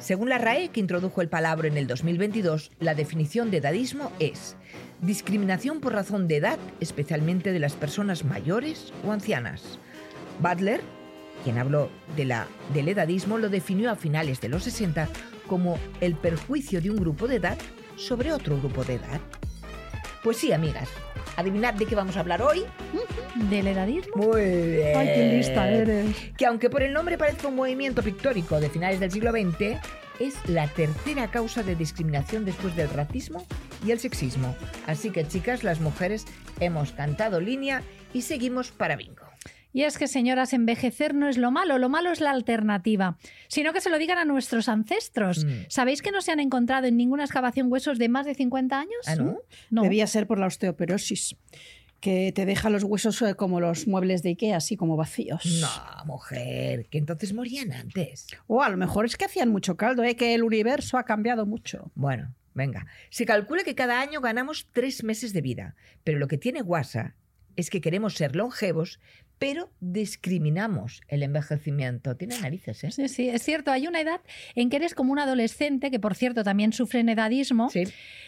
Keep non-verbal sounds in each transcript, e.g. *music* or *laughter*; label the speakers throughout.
Speaker 1: Según la RAE, que introdujo el palabra en el 2022, la definición de edadismo es discriminación por razón de edad, especialmente de las personas mayores o ancianas. Butler, quien habló de la, del edadismo, lo definió a finales de los 60 como el perjuicio de un grupo de edad sobre otro grupo de edad. Pues sí, amigas, adivinad de qué vamos a hablar hoy.
Speaker 2: ¿Del edadismo?
Speaker 1: Muy bien.
Speaker 2: Ay, qué lista
Speaker 3: Eh,
Speaker 1: ¿eh?
Speaker 2: eres.
Speaker 1: Que aunque por el nombre parezca un movimiento pictórico de finales del siglo XX, es la tercera causa de discriminación después del racismo y el sexismo. Así que, chicas, las mujeres hemos cantado línea y seguimos para bingo.
Speaker 2: Y es que, señoras, envejecer no es lo malo, lo malo es la alternativa, sino que se lo digan a nuestros ancestros.
Speaker 1: Mm.
Speaker 2: ¿Sabéis que no se han encontrado en ninguna excavación huesos de más de 50 años?
Speaker 1: Ah, ¿no?
Speaker 2: No.
Speaker 3: Debía ser por la osteoporosis, que te deja los huesos eh, como los muebles de Ikea, así como vacíos.
Speaker 1: No, mujer, que entonces morían antes.
Speaker 3: O a lo mejor es que hacían mucho caldo, ¿eh? que el universo ha cambiado mucho.
Speaker 1: Bueno, venga. Se calcula que cada año ganamos tres meses de vida, pero lo que tiene guasa es que queremos ser longevos, pero discriminamos el envejecimiento. Tiene narices, ¿eh?
Speaker 2: Sí, sí, es cierto. Hay una edad en que eres como un adolescente, que por cierto también sufren edadismo.
Speaker 1: Sí.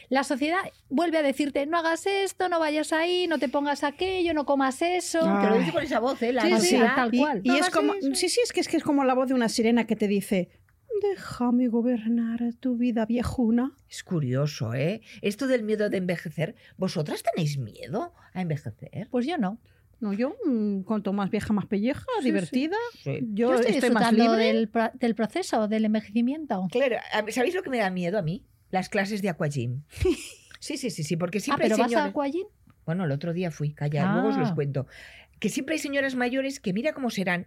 Speaker 2: La sociedad vuelve a decirte, no hagas esto, no vayas ahí, no te pongas aquello, no comas eso.
Speaker 1: Te lo
Speaker 3: Ay.
Speaker 1: dice con esa voz, ¿eh? La
Speaker 2: Sí, sí,
Speaker 1: ansiedad.
Speaker 2: tal
Speaker 3: Y,
Speaker 2: cual.
Speaker 3: y
Speaker 2: No
Speaker 3: es
Speaker 2: hagas
Speaker 3: como,
Speaker 2: eso.
Speaker 3: sí, sí, es que, es que es como la voz de una sirena que te dice, déjame gobernar tu vida viejuna.
Speaker 1: Es curioso, ¿eh? Esto del miedo de envejecer. ¿Vosotras tenéis miedo a envejecer?
Speaker 2: Pues yo no.
Speaker 3: No, yo mm, cuanto más vieja, más pelleja,
Speaker 2: Sí,
Speaker 3: divertida.
Speaker 1: Sí.
Speaker 3: Yo, estoy, más
Speaker 2: disfrutando
Speaker 3: libre.
Speaker 2: Del, pro- del proceso, del envejecimiento.
Speaker 1: Claro, a- ¿sabéis lo que me da miedo a mí? Las clases de
Speaker 2: *laughs*
Speaker 1: aquagym. Sí, sí, sí, sí, porque
Speaker 2: ah,
Speaker 1: siempre
Speaker 2: pero
Speaker 1: hay
Speaker 2: vas a
Speaker 1: señores...
Speaker 2: Aquagym.
Speaker 1: Bueno, el otro día fui, calla, luego os los
Speaker 2: Ah.
Speaker 1: cuento. Que siempre hay señoras mayores que mira cómo serán,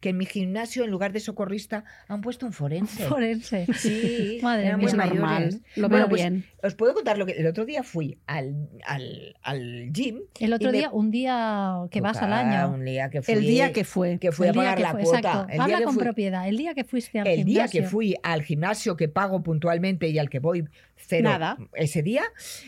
Speaker 1: que en mi gimnasio, en lugar de socorrista, han puesto un forense.
Speaker 2: Forense.
Speaker 1: Sí,
Speaker 2: *laughs* Madre
Speaker 1: eran
Speaker 2: mía.
Speaker 1: muy
Speaker 3: Es normal,
Speaker 1: mayores.
Speaker 3: lo
Speaker 1: Bueno,
Speaker 3: veo
Speaker 1: pues,
Speaker 3: bien.
Speaker 1: Os puedo contar lo que el otro día fui al, al, al gym.
Speaker 2: El
Speaker 1: Y
Speaker 2: otro
Speaker 1: me-
Speaker 2: día, un día que vas al
Speaker 1: Toca,
Speaker 2: año.
Speaker 1: Un día que fui,
Speaker 3: El día que fue.
Speaker 1: que fui a
Speaker 2: El día
Speaker 1: pagar
Speaker 2: que
Speaker 1: la
Speaker 2: fue-
Speaker 1: cuota.
Speaker 2: Exacto.
Speaker 1: El
Speaker 2: Habla
Speaker 1: día que
Speaker 2: con
Speaker 1: fui-
Speaker 2: propiedad. El día que fuiste al
Speaker 1: el día que
Speaker 2: gimnasio.
Speaker 1: fui al gimnasio que pago puntualmente y al que voy cero
Speaker 3: Nada.
Speaker 1: ese día,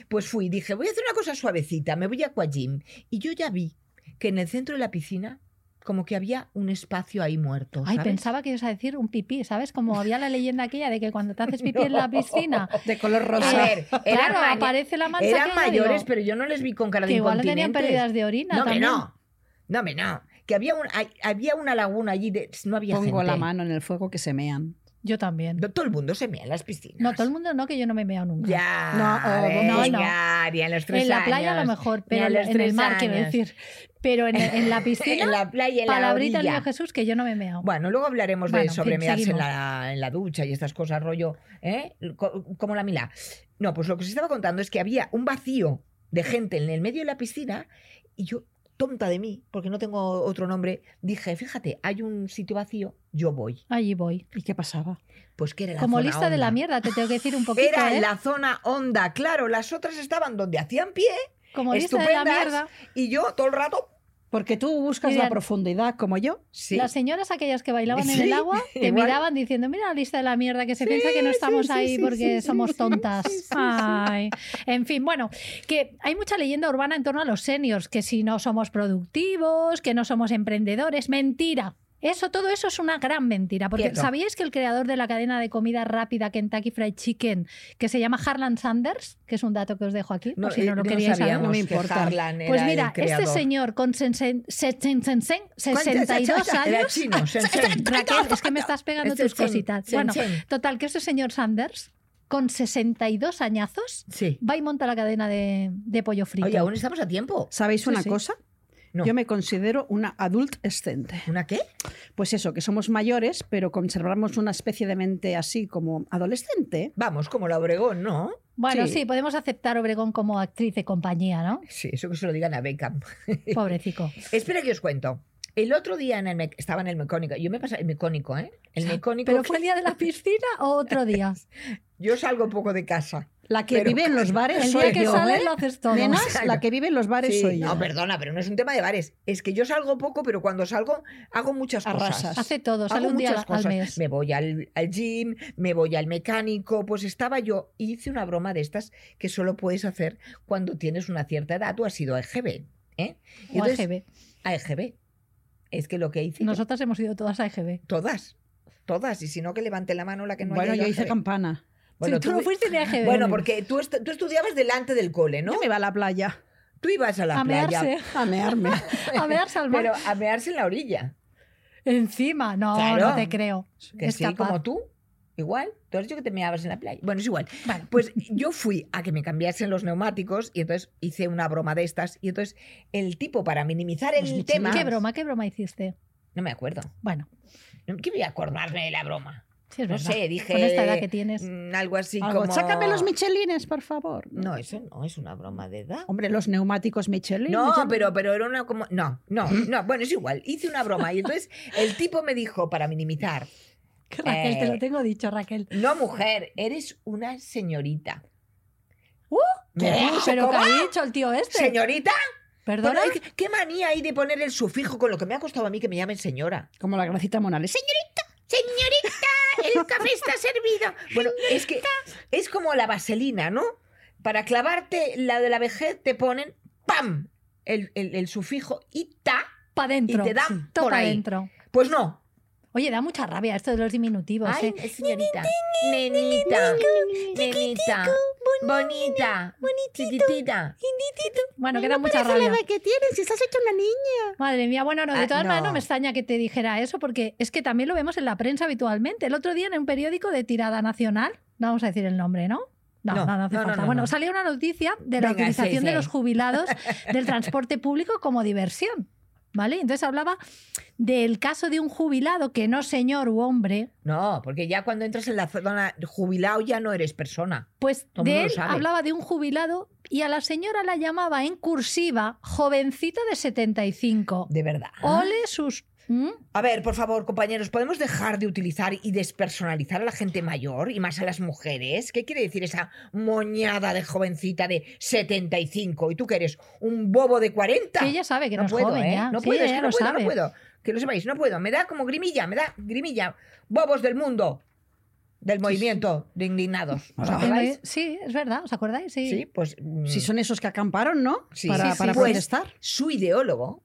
Speaker 1: pues fui y dije, voy a hacer una cosa suavecita, me voy a Aquagym. Y yo ya vi que en el centro de la piscina como que había un espacio ahí muerto.
Speaker 2: Ay,
Speaker 1: ¿sabes?
Speaker 2: pensaba que ibas a decir un pipí, ¿sabes? Como había la leyenda aquella de que cuando te haces pipí
Speaker 1: *laughs*
Speaker 2: en la piscina,
Speaker 3: De color
Speaker 1: A
Speaker 2: *laughs*
Speaker 3: rosa.
Speaker 1: ver, eran,
Speaker 2: claro,
Speaker 1: mani-
Speaker 2: aparece la mancha
Speaker 1: eran
Speaker 2: aquella,
Speaker 1: mayores,
Speaker 2: digo,
Speaker 1: pero yo no les vi con cara de
Speaker 2: que igual tenían
Speaker 1: incontinentes.
Speaker 2: pérdidas de orina
Speaker 1: No, me
Speaker 2: también.
Speaker 1: no. No, me no. Que había, un- hay- había una laguna allí, de, no había
Speaker 3: Pongo
Speaker 1: gente.
Speaker 3: la mano en el fuego que se mean.
Speaker 2: Yo también.
Speaker 1: No, Todo el mundo se mea en las piscinas.
Speaker 2: No, todo el mundo no, que yo no me meo nunca.
Speaker 1: Ya,
Speaker 3: No, oh,
Speaker 2: no, no.
Speaker 1: venga, ni a los tres
Speaker 2: en la playa a lo
Speaker 1: años.
Speaker 2: mejor,
Speaker 1: Ni
Speaker 2: pero
Speaker 1: a
Speaker 2: en-
Speaker 1: los
Speaker 2: en el
Speaker 1: tres
Speaker 2: mar, quiero
Speaker 1: años.
Speaker 2: decir. Pero en, en
Speaker 1: *laughs*
Speaker 2: la piscina,
Speaker 1: en la playa, en
Speaker 2: palabrita al
Speaker 1: la
Speaker 2: niño
Speaker 1: orilla.
Speaker 2: Jesús, que yo no me meo.
Speaker 1: Bueno, luego hablaremos
Speaker 2: Bueno,
Speaker 1: de
Speaker 2: en
Speaker 1: sobre
Speaker 2: fin,
Speaker 1: mearse en
Speaker 2: seguimos.
Speaker 1: la, en la ducha y estas cosas, rollo, ¿eh? Co- Como la mila. No, pues lo que os estaba contando es que había un vacío de gente en el medio de la piscina y yo, tonta de mí, porque no tengo otro nombre, dije, fíjate, hay un sitio vacío, yo voy.
Speaker 2: Allí voy.
Speaker 3: ¿Y qué pasaba?
Speaker 1: Pues que era la
Speaker 2: Como
Speaker 1: zona
Speaker 2: lista de la
Speaker 1: honda.
Speaker 2: mierda, te tengo que decir un poquito.
Speaker 1: *laughs* Era
Speaker 2: ¿eh?
Speaker 1: en la zona onda, claro, las otras estaban donde hacían pie
Speaker 2: Como lista de la
Speaker 1: estupendas.
Speaker 2: mierda.
Speaker 1: y yo todo el rato
Speaker 3: Porque tú buscas
Speaker 2: Mira,
Speaker 3: la profundidad como yo.
Speaker 1: Sí.
Speaker 2: Las señoras aquellas que bailaban en
Speaker 1: Sí,
Speaker 2: el agua te
Speaker 1: igual.
Speaker 2: miraban diciendo, mira la lista de la mierda, que se piensa que no estamos
Speaker 3: sí,
Speaker 2: ahí
Speaker 3: sí,
Speaker 2: porque
Speaker 3: sí,
Speaker 2: somos
Speaker 3: sí,
Speaker 2: tontas. Ay. En fin, bueno, que hay mucha leyenda urbana en torno a los seniors, que si no somos productivos, que no somos emprendedores, mentira. Eso, todo eso es una gran mentira, porque
Speaker 1: Cierto.
Speaker 2: ¿sabíais que el creador de la cadena de comida rápida Kentucky Fried Chicken, que se llama Harlan Sanders, que es un dato que os dejo aquí, por Pues si no lo queríais saber,
Speaker 1: eh, sabíamos
Speaker 3: eh, no me
Speaker 1: que
Speaker 3: importa.
Speaker 1: Harlan
Speaker 2: pues
Speaker 1: era
Speaker 2: mira,
Speaker 1: el
Speaker 2: este
Speaker 1: creador.
Speaker 2: señor con sensen- sesen- sensen- 62
Speaker 1: Era
Speaker 2: años. *laughs*
Speaker 1: chino, sensen.
Speaker 2: Raquel, es que
Speaker 1: *laughs*
Speaker 2: me estás pegando
Speaker 1: Este
Speaker 2: tus
Speaker 1: sen-
Speaker 2: cositas.
Speaker 1: sen-
Speaker 2: Bueno,
Speaker 1: sen.
Speaker 2: total, que este señor Sanders, con 62 añazos,
Speaker 1: Sí.
Speaker 2: va y monta la cadena de, de pollo frito.
Speaker 1: Oye, aún estamos a tiempo.
Speaker 3: ¿Sabéis
Speaker 2: Sí,
Speaker 3: una
Speaker 2: sí.
Speaker 3: cosa?
Speaker 1: No.
Speaker 3: Yo me considero una adultescente.
Speaker 1: ¿Una qué?
Speaker 3: Pues eso, que somos mayores, pero conservamos una especie de mente así como adolescente.
Speaker 1: Vamos, como la Obregón, ¿no?
Speaker 2: bueno, sí.
Speaker 3: sí.
Speaker 2: podemos aceptar a Obregón como actriz de compañía, ¿no?
Speaker 1: Sí, eso que se lo digan a Beckham. *laughs*
Speaker 2: Pobrecico.
Speaker 1: Espera que os cuento. El otro día en el Mec- estaba en el mecónico. Yo me pasaba el mecónico, ¿eh? El mecónico.
Speaker 2: ¿Pero fue el día de la piscina o
Speaker 1: *laughs*
Speaker 2: otro día?
Speaker 1: Yo salgo poco de casa.
Speaker 3: La que
Speaker 1: Pero-
Speaker 3: vive en los bares
Speaker 2: El
Speaker 3: soy
Speaker 2: día que
Speaker 3: yo,
Speaker 2: sale
Speaker 3: ¿eh?
Speaker 2: lo haces todo.
Speaker 3: Nenas,
Speaker 1: Claro.
Speaker 3: la que vive en los bares
Speaker 1: Sí,
Speaker 3: soy yo.
Speaker 1: no, perdona, pero no es un tema de bares. Es que yo salgo poco, pero cuando salgo hago muchas cosas.
Speaker 3: Arrasas.
Speaker 2: Hace todo, sale
Speaker 1: Hago
Speaker 2: un día
Speaker 1: muchas
Speaker 2: al- al
Speaker 1: cosas.
Speaker 2: mes.
Speaker 1: Me voy al, al gym, me voy al mecánico. Pues estaba yo y hice una broma de estas que solo puedes hacer cuando tienes una cierta edad. Tú has ido a EGB. ¿eh?
Speaker 2: O
Speaker 1: Entonces,
Speaker 2: a E EGB.
Speaker 1: A EGB. Es que lo que hice.
Speaker 2: Nosotras hemos ido todas a EGB.
Speaker 1: Todas. Todas, y si no, que levante la mano la que no
Speaker 3: bueno,
Speaker 1: haya ido
Speaker 3: yo
Speaker 1: a
Speaker 3: hice
Speaker 1: AGB.
Speaker 3: campana.
Speaker 1: Bueno,
Speaker 2: Sí, tú no
Speaker 1: vi-
Speaker 2: fuiste de AGB.
Speaker 1: bueno, porque tú, estu- tú estudiabas delante del cole, ¿no?
Speaker 3: Yo me iba a la playa
Speaker 1: Tú ibas a la
Speaker 2: a
Speaker 1: playa,
Speaker 2: mearse,
Speaker 3: a *laughs* mearme.
Speaker 2: a *laughs* mearse al mar.
Speaker 1: pero a mearse en la orilla.
Speaker 2: Encima, no,
Speaker 1: Claro.
Speaker 2: no te creo.
Speaker 1: Que
Speaker 2: es
Speaker 1: sí,
Speaker 2: capaz.
Speaker 1: como tú, igual. Tú has dicho que te meabas en la playa. Bueno, es igual.
Speaker 2: Vale.
Speaker 1: Pues yo fui a que me cambiasen los neumáticos y entonces hice una broma de estas. Y entonces el tipo, para minimizar
Speaker 3: Los
Speaker 1: el
Speaker 3: Mickey
Speaker 1: tema...
Speaker 2: Pues ¿Qué broma, qué broma hiciste?
Speaker 1: No me acuerdo.
Speaker 2: Bueno,
Speaker 1: No- ¿Qué voy a acordarme de la broma?
Speaker 2: sí es
Speaker 1: No
Speaker 2: verdad.
Speaker 1: sé, dije...
Speaker 2: Con esta edad que tienes.
Speaker 1: mm, Algo así
Speaker 3: Algo,
Speaker 1: como...
Speaker 3: Sácame los michelines, por favor.
Speaker 1: No, eso no es una broma de edad.
Speaker 3: Hombre, los neumáticos michelines.
Speaker 1: No,
Speaker 3: ya-
Speaker 1: pero, pero era una como... No,
Speaker 2: *laughs*
Speaker 1: no, no. Bueno, es igual. Hice una broma y entonces el tipo me dijo, para minimizar,
Speaker 2: Que *laughs* Raquel, te
Speaker 1: eh,
Speaker 2: lo tengo dicho, Raquel.
Speaker 1: no mujer, eres una señorita.
Speaker 2: ¡Uh!
Speaker 1: Me puso
Speaker 2: ¿Pero qué
Speaker 1: como,
Speaker 2: ha dicho el tío este?
Speaker 1: ¿Señorita?
Speaker 2: ¿Perdona?
Speaker 1: Bueno, ¿qué- ¿Qué manía hay de poner el sufijo con lo que me ha costado a mí que me llamen señora?
Speaker 3: Como la gracita monales.
Speaker 1: ¡Señorita! ¡El café está servido! Bueno, es que es como la vaselina, ¿no? Para clavarte la de la vejez te ponen ¡pam! El, el- el sufijo ita,
Speaker 2: Para adentro.
Speaker 1: Y te dan
Speaker 2: Todo
Speaker 1: por
Speaker 2: pa'
Speaker 1: ahí.
Speaker 2: dentro.
Speaker 1: pues no.
Speaker 2: Oye, da mucha rabia esto de los diminutivos. ¿eh?
Speaker 1: señorita. Nenita. Nenita. Bonita. Chiquitita.
Speaker 2: Bueno, que da mucha rabia.
Speaker 3: que tienes? Si estás hecho una niña.
Speaker 2: Madre mía, bueno, no, de
Speaker 1: Ah,
Speaker 2: todas maneras
Speaker 1: no.
Speaker 2: no me extraña que te dijera eso, porque es que también lo vemos en la prensa habitualmente. El otro día en un periódico de tirada nacional, no vamos a decir el nombre, ¿no? No,
Speaker 1: No,
Speaker 2: no, no hace
Speaker 1: no, no,
Speaker 2: falta.
Speaker 1: no,
Speaker 2: bueno,
Speaker 1: no.
Speaker 2: salió una noticia de
Speaker 1: Venga,
Speaker 2: la
Speaker 1: sí,
Speaker 2: utilización de
Speaker 1: sí. *laughs*
Speaker 2: los jubilados del transporte público como diversión, ¿vale? Y Entonces hablaba del caso de un jubilado que no señor u hombre,
Speaker 1: No, porque ya cuando entras en la zona jubilado ya no eres persona.
Speaker 2: pues
Speaker 1: Todo el
Speaker 2: de
Speaker 1: mundo
Speaker 2: él
Speaker 1: lo sabe.
Speaker 2: hablaba de un jubilado y a la señora la llamaba en cursiva jovencita de 75.
Speaker 1: De verdad.
Speaker 2: Ole sus... ¿Mm?
Speaker 1: A ver, por favor, compañeros, ¿podemos dejar de utilizar y despersonalizar a la gente mayor y más a las mujeres? ¿Qué quiere decir esa moñada de jovencita de 75? ¿Y tú que eres? ¿Un bobo de 40?
Speaker 2: Que ella sabe que no,
Speaker 1: no
Speaker 2: es
Speaker 1: puedo,
Speaker 2: joven
Speaker 1: ¿eh?
Speaker 2: ya.
Speaker 1: No
Speaker 2: Sí,
Speaker 1: puedo, es
Speaker 2: ella
Speaker 1: que no
Speaker 2: lo
Speaker 1: puedo,
Speaker 2: sabe.
Speaker 1: no puedo. Que lo sepáis, no puedo. Me da como grimilla, me da grimilla. Bobos del mundo, del movimiento, de indignados. ¿Os
Speaker 3: Ah.
Speaker 1: acordáis?
Speaker 2: Sí, es verdad, ¿os acordáis? Sí.
Speaker 1: Sí, pues... mm,
Speaker 3: Si son esos que acamparon, ¿no?
Speaker 1: Sí,
Speaker 3: para
Speaker 2: sí, sí,
Speaker 3: para
Speaker 2: pues-
Speaker 3: protestar.
Speaker 1: Su ideólogo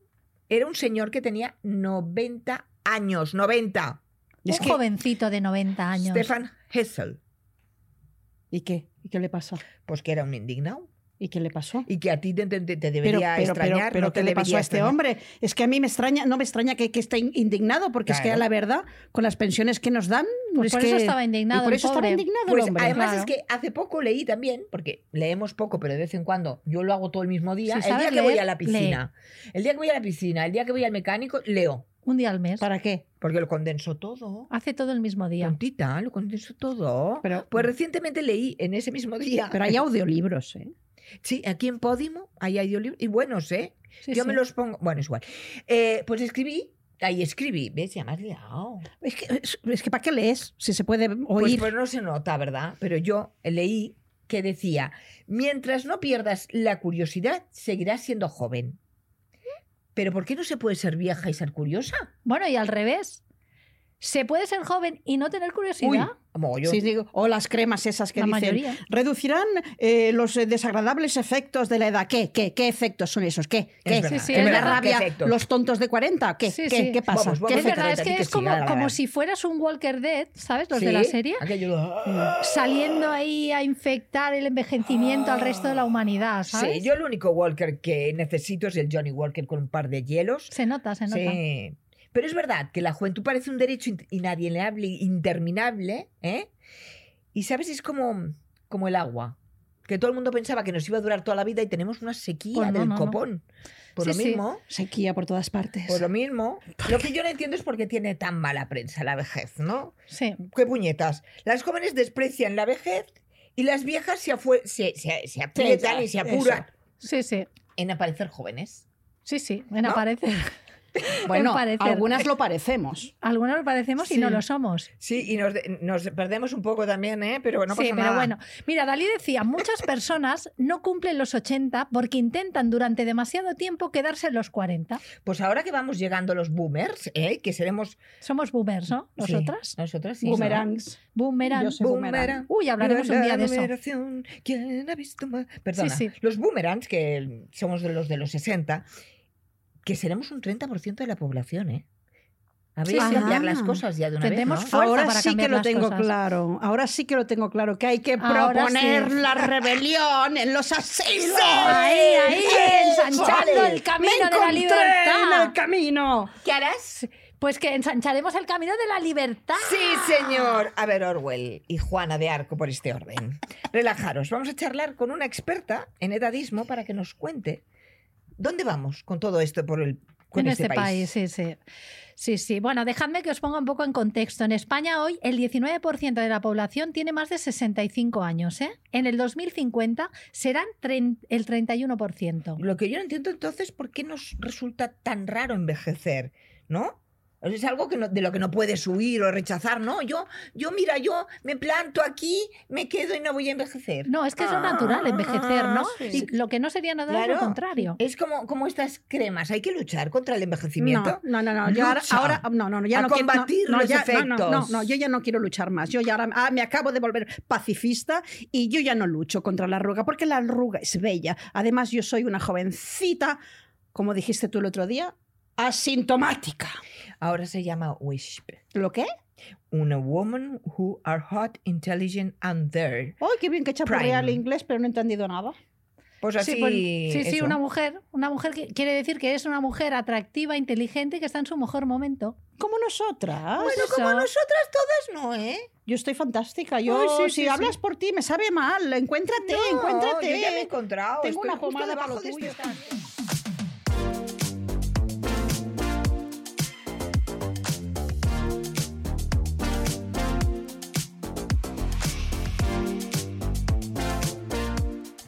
Speaker 1: era un señor que tenía 90 años, 90.
Speaker 2: Un
Speaker 3: Es que-
Speaker 2: jovencito de 90 años.
Speaker 1: Stefan Hessel.
Speaker 3: ¿Y qué? ¿Y qué le pasó?
Speaker 1: Pues que era un indignado.
Speaker 3: ¿Y qué le pasó?
Speaker 1: Y que a ti te, te- te
Speaker 3: Pero,
Speaker 1: debería
Speaker 3: pero, pero,
Speaker 1: extrañar.
Speaker 3: pero
Speaker 1: no te
Speaker 3: ¿qué le pasó
Speaker 1: debería
Speaker 3: a este
Speaker 1: extrañar.
Speaker 3: hombre? Es que a mí me extraña, no me extraña que, que esté in- indignado, porque es que
Speaker 1: Claro.
Speaker 3: la verdad, con las pensiones que nos dan,
Speaker 2: Pues
Speaker 3: es
Speaker 2: por
Speaker 3: que-
Speaker 2: eso estaba indignado.
Speaker 3: Y por
Speaker 2: el
Speaker 3: eso
Speaker 2: pobre.
Speaker 3: estaba indignado
Speaker 1: Pues
Speaker 3: el hombre.
Speaker 1: además
Speaker 2: claro.
Speaker 1: es que hace poco leí también, porque leemos poco, pero de vez en cuando yo lo hago todo el mismo día.
Speaker 2: Si
Speaker 1: el día
Speaker 2: sabes
Speaker 1: que voy
Speaker 2: leer,
Speaker 1: a la piscina, el día que voy a la piscina, el día que voy al mecánico, leo,
Speaker 2: Un día al mes.
Speaker 3: ¿Para qué?
Speaker 1: porque lo condenso todo.
Speaker 2: Hace todo el mismo día.
Speaker 1: Tontita, lo condenso todo.
Speaker 3: Ah, Pero,
Speaker 1: Pues
Speaker 3: *laughs*
Speaker 1: recientemente leí en ese mismo día.
Speaker 3: pero hay audiolibros, ¿eh?
Speaker 1: *laughs* Sí, aquí en Podimo hay audiolibros y buenos, ¿eh?
Speaker 2: Sí,
Speaker 1: yo
Speaker 2: sí.
Speaker 1: me los pongo. Bueno, es igual. Eh, pues escribí, ahí escribí, ¿ves? Ya me has liado.
Speaker 3: Es que, es, es que ¿para qué lees? Si se puede
Speaker 1: Pues,
Speaker 3: oír.
Speaker 1: pues no se nota, ¿verdad? Pero yo leí que decía, mientras no pierdas la curiosidad, seguirás siendo joven. Pero ¿por qué no se puede ser vieja y ser curiosa?
Speaker 2: Bueno, y al revés. ¿Se puede ser joven y no tener
Speaker 1: Uy,
Speaker 2: curiosidad?
Speaker 1: mogollón.
Speaker 3: Sí, digo, o las cremas esas que
Speaker 2: la
Speaker 3: dicen.
Speaker 2: mayoría.
Speaker 3: Reducirán eh, los eh, desagradables efectos de la edad. ¿Qué? ¿Qué? ¿Qué efectos son esos? ¿Qué? ¿Qué?
Speaker 1: verdad,
Speaker 2: Sí, sí,
Speaker 3: ¿Que
Speaker 2: es
Speaker 3: me da
Speaker 2: verdad.
Speaker 1: ¿Qué
Speaker 3: rabia
Speaker 1: efectos?
Speaker 3: los tontos de 40? ¿Qué?
Speaker 2: Sí,
Speaker 3: ¿Qué,
Speaker 2: sí.
Speaker 3: ¿Qué pasa?
Speaker 1: Vamos,
Speaker 3: ¿Qué
Speaker 1: vamos
Speaker 2: Es
Speaker 1: efecto?
Speaker 2: verdad, es
Speaker 1: Cállate,
Speaker 2: que
Speaker 1: que
Speaker 2: es
Speaker 1: sí,
Speaker 2: como,
Speaker 1: ahora,
Speaker 2: como
Speaker 1: ahora.
Speaker 2: si fueras un Walker Dead, ¿sabes? Los
Speaker 1: Sí,
Speaker 2: de la serie.
Speaker 1: aquello de-
Speaker 2: Saliendo ahí a infectar el envejecimiento al resto de la humanidad, ¿sabes?
Speaker 1: Sí, yo el único Walker que necesito es el Johnny Walker con un par de hielos.
Speaker 2: Se nota, se nota.
Speaker 1: Sí. Pero es verdad que la juventud parece un derecho in- inalienable, interminable, ¿eh? Y sabes, es como, como el agua. Que todo el mundo pensaba que nos iba a durar toda la vida y tenemos una sequía
Speaker 2: Pues no,
Speaker 1: del
Speaker 2: no, no.
Speaker 1: copón. Por
Speaker 2: Sí,
Speaker 1: lo
Speaker 2: sí.
Speaker 1: mismo,
Speaker 3: Sequía por todas partes. *laughs*
Speaker 1: por lo mismo. Lo que yo no entiendo es por qué tiene tan mala prensa la vejez, ¿no?
Speaker 2: Sí.
Speaker 1: ¡Qué puñetas! Las jóvenes desprecian la vejez y las viejas se, afue- se, se- se aprietan y se
Speaker 3: eso.
Speaker 1: apuran
Speaker 2: sí, sí,
Speaker 1: en aparecer jóvenes.
Speaker 2: sí, sí. En
Speaker 1: ¿No?
Speaker 2: aparece.
Speaker 3: bueno,
Speaker 2: en parecer.
Speaker 3: algunas lo parecemos.
Speaker 2: Algunos lo parecemos y
Speaker 1: Sí.
Speaker 2: no lo somos.
Speaker 1: Sí, y nos, de- nos perdemos un poco también, ¿eh? Pero no pasa
Speaker 2: sí,
Speaker 1: nada.
Speaker 2: pero bueno. Mira, Dalí decía, muchas personas no cumplen los 80 porque intentan durante demasiado tiempo quedarse en los 40.
Speaker 1: Pues ahora que vamos llegando los boomers, ¿eh? que seremos
Speaker 2: Somos boomers, ¿no? Nosotras.
Speaker 1: Sí, nosotras sí.
Speaker 3: Boomerangs.
Speaker 2: Boomerang.
Speaker 3: Yo soy
Speaker 1: Boomerang.
Speaker 3: boomerang.
Speaker 2: Uy, hablaremos
Speaker 1: Viva
Speaker 2: un día
Speaker 1: la
Speaker 2: de eso.
Speaker 1: liberación, ¿quién ha visto más? Perdona,
Speaker 2: sí.
Speaker 1: los boomerangs, que somos de los de los 60, que seremos un 30% de la población, ¿eh? Habría
Speaker 2: Sí,
Speaker 1: que
Speaker 2: sí.
Speaker 1: cambiar
Speaker 3: Ah.
Speaker 1: las cosas ya de una
Speaker 2: Tendremos
Speaker 1: vez, ¿no?
Speaker 2: fuerza
Speaker 3: Ahora
Speaker 2: para
Speaker 3: sí que
Speaker 2: cambiar
Speaker 3: lo
Speaker 2: las
Speaker 3: tengo
Speaker 2: cosas.
Speaker 3: claro. Ahora sí que lo tengo claro. Que hay que
Speaker 2: Ahora
Speaker 3: proponer
Speaker 2: sí.
Speaker 3: *laughs* la rebelión en los asilos.
Speaker 2: Ahí, ahí,
Speaker 3: ¡Eso!
Speaker 2: ensanchando el camino
Speaker 3: Me
Speaker 2: de la
Speaker 3: encontré
Speaker 2: libertad.
Speaker 3: en el camino.
Speaker 1: ¿Qué harás?
Speaker 2: Pues que ensancharemos el camino de la libertad.
Speaker 1: Sí, señor. A ver, Orwell y Juana de Arco por este orden. Relajaros, vamos a charlar con una experta en edadismo para que nos cuente dónde vamos con todo esto por el con
Speaker 2: en este, país. sí, sí. Sí, sí. Bueno, dejadme que os ponga un poco en contexto. En España hoy el 19% de la población tiene más de 65 años. ¿eh? En el 2050 serán tren- el 31%.
Speaker 1: Lo que yo no entiendo entonces por qué nos resulta tan raro envejecer, ¿no? O sea, Es algo que no- de lo que no puedes huir o rechazar, ¿no? Yo, yo, mira, yo me planto aquí, me quedo y no voy a envejecer.
Speaker 2: No, es que es lo
Speaker 1: Ah,
Speaker 2: natural envejecer, ¿no?
Speaker 1: sí.
Speaker 2: Lo que no sería natural es
Speaker 1: Claro.
Speaker 2: lo contrario.
Speaker 1: Es como, como estas cremas, hay que luchar contra el envejecimiento.
Speaker 3: No, no, no, no. Yo ahora,
Speaker 1: Lucha
Speaker 3: ahora- no, no, no, ya
Speaker 1: a
Speaker 3: no quiero- no,
Speaker 1: combatir
Speaker 3: no,
Speaker 1: los
Speaker 3: ya- no, no, no,
Speaker 1: efectos.
Speaker 3: no, yo ya no quiero luchar más. Yo ya ahora ah, me acabo de volver pacifista y yo ya no lucho contra la arruga porque la arruga es bella. Además, yo soy una jovencita, como dijiste tú el otro día, asintomática.
Speaker 1: Ahora se llama WISP.
Speaker 3: ¿Lo qué?
Speaker 1: Una woman who are hot, intelligent and there.
Speaker 3: ¡Ay, qué bien que chapurrea el
Speaker 1: Prime.
Speaker 3: inglés, pero no he entendido nada!
Speaker 1: Pues así.
Speaker 2: Sí, pues, sí, sí,
Speaker 1: eso.
Speaker 2: una mujer. Una mujer que quiere decir que es una mujer atractiva, inteligente y que está en su mejor momento.
Speaker 3: Como nosotras.
Speaker 1: Bueno,
Speaker 2: Eso.
Speaker 1: como nosotras todas no, ¿eh?
Speaker 3: Yo estoy fantástica. Yo,
Speaker 1: Ay, sí,
Speaker 3: si
Speaker 1: sí,
Speaker 3: hablas por ti, me sabe mal. Encuéntrate,
Speaker 1: No,
Speaker 3: encuéntrate.
Speaker 1: Yo ya me he encontrado.
Speaker 3: Tengo
Speaker 1: estoy
Speaker 3: una
Speaker 1: justo
Speaker 3: pomada para
Speaker 1: debajo
Speaker 3: lo
Speaker 1: de este
Speaker 3: tuyo.
Speaker 1: estante.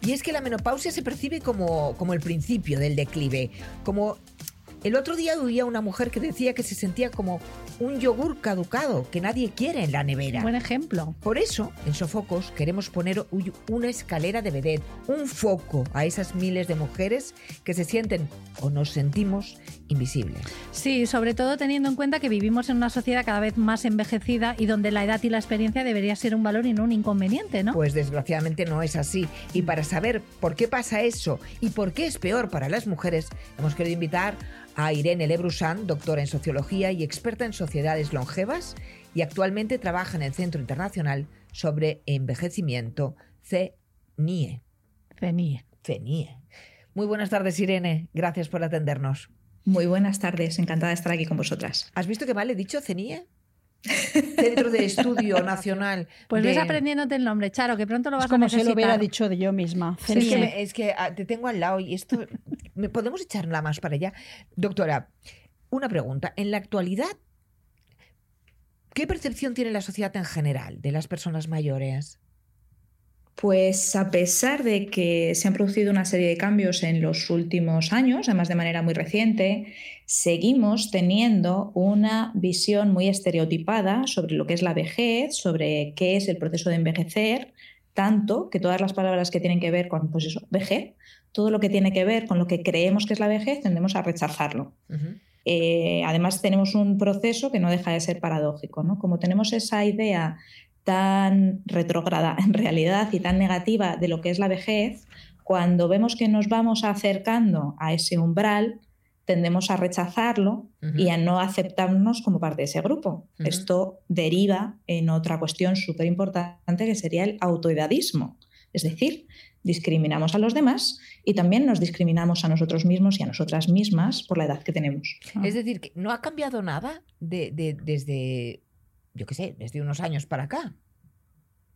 Speaker 1: Y es que la menopausia se percibe como, como el principio del declive. Como el otro día oía una mujer que decía que se sentía como un yogur caducado que nadie quiere en la nevera.
Speaker 2: Buen ejemplo.
Speaker 1: Por eso, en Sofocos queremos poner uy- una escalera de vedette, un foco a esas miles de mujeres que se sienten o nos sentimos invisibles.
Speaker 2: Sí, sobre todo teniendo en cuenta que vivimos en una sociedad cada vez más envejecida y donde la edad y la experiencia debería ser un valor y no un inconveniente, ¿no?
Speaker 1: Pues desgraciadamente no es así. Y para saber por qué pasa eso y por qué es peor para las mujeres, hemos querido invitar a Irene Lebrusan, doctora en sociología y experta en sociedades longevas, y actualmente trabaja en el Centro Internacional sobre Envejecimiento CNIE.
Speaker 2: CENIE.
Speaker 1: CENIE. Muy buenas tardes, Irene. Gracias por atendernos.
Speaker 4: Muy buenas tardes, encantada de estar aquí con vosotras.
Speaker 1: ¿Has visto que mal he dicho CENIE? Centro de Estudio Nacional.
Speaker 2: *laughs* Pues
Speaker 1: de-
Speaker 2: ves aprendiéndote el nombre, Charo, que pronto lo vas
Speaker 3: Es como
Speaker 2: a
Speaker 3: si
Speaker 2: necesitar.
Speaker 3: lo hubiera dicho de yo misma.
Speaker 2: Sí,
Speaker 1: Es
Speaker 2: sí.
Speaker 1: que, me- es que, ah, te tengo al lado y esto. ¿Me podemos echar la más para allá? Doctora, una pregunta. En la actualidad, ¿qué percepción tiene la sociedad en general de las personas mayores?
Speaker 4: Pues a pesar de que se han producido una serie de cambios en los últimos años, además de manera muy reciente, seguimos teniendo una visión muy estereotipada sobre lo que es la vejez, sobre qué es el proceso de envejecer, tanto que todas las palabras que tienen que ver con pues eso, vejez, todo lo que tiene que ver con lo que creemos que es la vejez, tendemos a rechazarlo.
Speaker 1: Ujú.
Speaker 4: Eh, además, tenemos un proceso que no deja de ser paradójico. ¿no? Como tenemos esa idea tan retrógrada *laughs* en realidad y tan negativa de lo que es la vejez, cuando vemos que nos vamos acercando a ese umbral, tendemos a rechazarlo
Speaker 1: Ujú.
Speaker 4: y a no aceptarnos como parte de ese grupo.
Speaker 1: Ujú.
Speaker 4: Esto deriva en otra cuestión súper importante que sería el autoedadismo. Es decir, discriminamos a los demás y también nos discriminamos a nosotros mismos y a nosotras mismas por la edad que tenemos.
Speaker 1: Ah. Es decir, que no ha cambiado nada de- de- desde, yo qué sé, desde unos años para acá.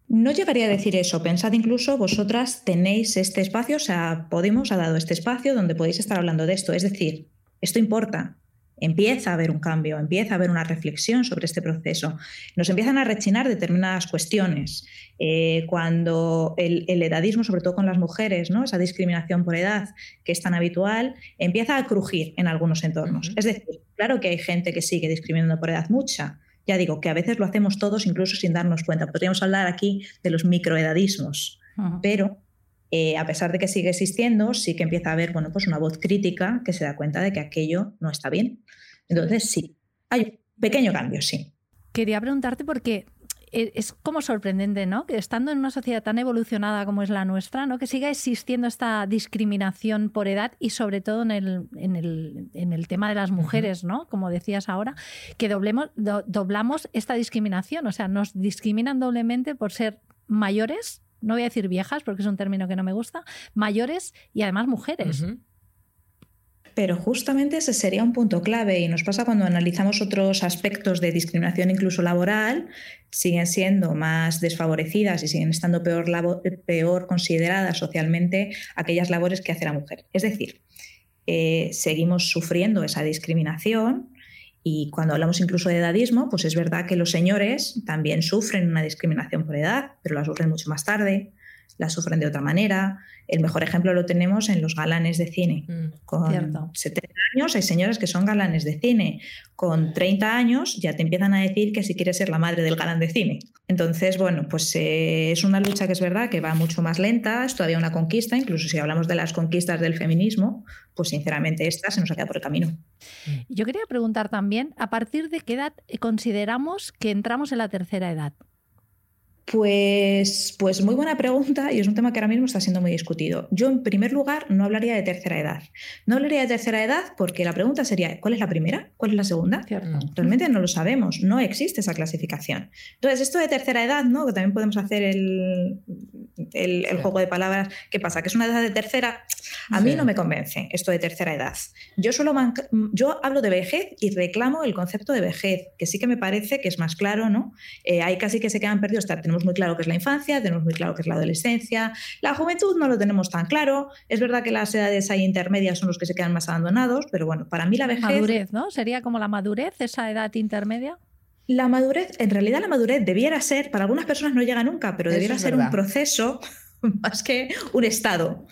Speaker 4: No llegaría a decir eso. Pensad incluso, vosotras tenéis este espacio, o sea, Podemos ha dado este espacio donde podéis estar hablando de esto. Es decir, esto importa. Empieza a haber un cambio, empieza a haber una reflexión sobre este proceso. Nos empiezan a rechinar determinadas cuestiones. Eh, cuando el, el edadismo, sobre todo con las mujeres, ¿no? esa discriminación por edad que es tan habitual, empieza a crujir en algunos entornos.
Speaker 1: Ujú.
Speaker 4: Es decir, claro que hay gente que sigue discriminando por edad mucha, ya digo, que a veces lo hacemos todos incluso sin darnos cuenta. Podríamos hablar aquí de los microedadismos,
Speaker 2: Ujú.
Speaker 4: pero eh, a pesar de que sigue existiendo, sí que empieza a haber bueno, pues una voz crítica que se da cuenta de que aquello no está bien. Entonces, sí, hay un pequeño cambio, sí.
Speaker 2: Quería preguntarte porque e- es como sorprendente, ¿no? Que estando en una sociedad tan evolucionada como es la nuestra, ¿no? Que siga existiendo esta discriminación por edad y sobre todo en el, en el, en el tema de las mujeres, ¿no? Como decías ahora, que doblemos, do- doblamos esta discriminación. O sea, nos discriminan doblemente por ser mayores, no voy a decir viejas porque es un término que no me gusta, mayores y además mujeres.
Speaker 1: Ujú.
Speaker 4: Pero justamente ese sería un punto clave y nos pasa cuando analizamos otros aspectos de discriminación incluso laboral, siguen siendo más desfavorecidas y siguen estando peor, labo- peor consideradas socialmente aquellas labores que hace la mujer. Es decir, eh, seguimos sufriendo esa discriminación y cuando hablamos incluso de edadismo, pues es verdad que los señores también sufren una discriminación por edad, pero la sufren mucho más tarde, la sufren de otra manera. El mejor ejemplo lo tenemos en los galanes de cine
Speaker 1: Mm.
Speaker 4: con
Speaker 2: Cierto.
Speaker 4: 70 años hay señoras que son galanes de cine. Con 30 años ya te empiezan a decir que si quieres ser la madre del galán de cine. Entonces, bueno, pues eh, es una lucha que es verdad que va mucho más lenta, es todavía una conquista, incluso si hablamos de las conquistas del feminismo, pues sinceramente esta se nos ha quedado por el camino.
Speaker 2: Yo quería preguntar también, ¿a partir de qué edad consideramos que entramos en la tercera edad?
Speaker 4: Pues, pues muy buena pregunta y es un tema que ahora mismo está siendo muy discutido. Yo, en primer lugar, no hablaría de tercera edad. No hablaría de tercera edad porque la pregunta sería, ¿cuál es la primera? ¿Cuál es la segunda?
Speaker 1: Cierto.
Speaker 4: Realmente no lo sabemos, no existe esa clasificación. Entonces, esto de tercera edad, ¿no? Que también podemos hacer el, el- el
Speaker 1: Sí.
Speaker 4: juego de palabras. ¿Qué pasa? ¿Que es una edad de tercera? A
Speaker 1: Sí.
Speaker 4: mí no me convence esto de tercera edad. Yo solo manca- yo hablo de vejez y reclamo el concepto de vejez, que sí que me parece que es más claro, ¿no? Eh, ahí casi que se quedan perdidos. Está- Tenemos muy claro que es la infancia, tenemos muy claro que es la adolescencia. La juventud no lo tenemos tan claro. Es verdad que las edades ahí intermedias son los que se quedan más abandonados, pero bueno, para mí la vejez.
Speaker 2: Madurez, ¿no? Sería como la madurez, esa edad intermedia.
Speaker 4: La madurez, en realidad la madurez debiera ser, para algunas personas no llega nunca, pero
Speaker 1: Eso
Speaker 4: debiera
Speaker 1: es
Speaker 4: ser
Speaker 1: verdad.
Speaker 4: un proceso *laughs* más que un estado.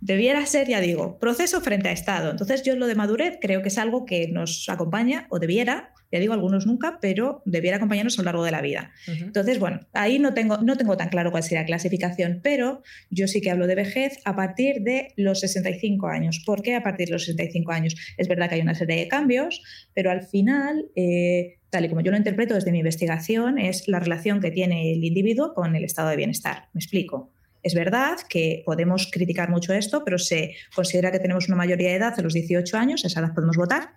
Speaker 4: Debiera ser, ya digo, proceso frente a estado. Entonces yo lo de madurez creo que es algo que nos acompaña o debiera, ya digo algunos nunca, pero debiera acompañarnos a lo largo de la vida.
Speaker 1: Ujú.
Speaker 4: Entonces, bueno, ahí no tengo, no tengo tan claro cuál sería la clasificación, pero yo sí que hablo de vejez a partir de los 65 años. ¿Por qué a partir de los 65 años? Es verdad que hay una serie de cambios, pero al final, eh, tal y como yo lo interpreto desde mi investigación, es la relación que tiene el individuo con el estado de bienestar. Me explico. Es verdad que podemos criticar mucho esto, pero se considera que tenemos una mayoría de edad a los 18 años, a esa edad podemos votar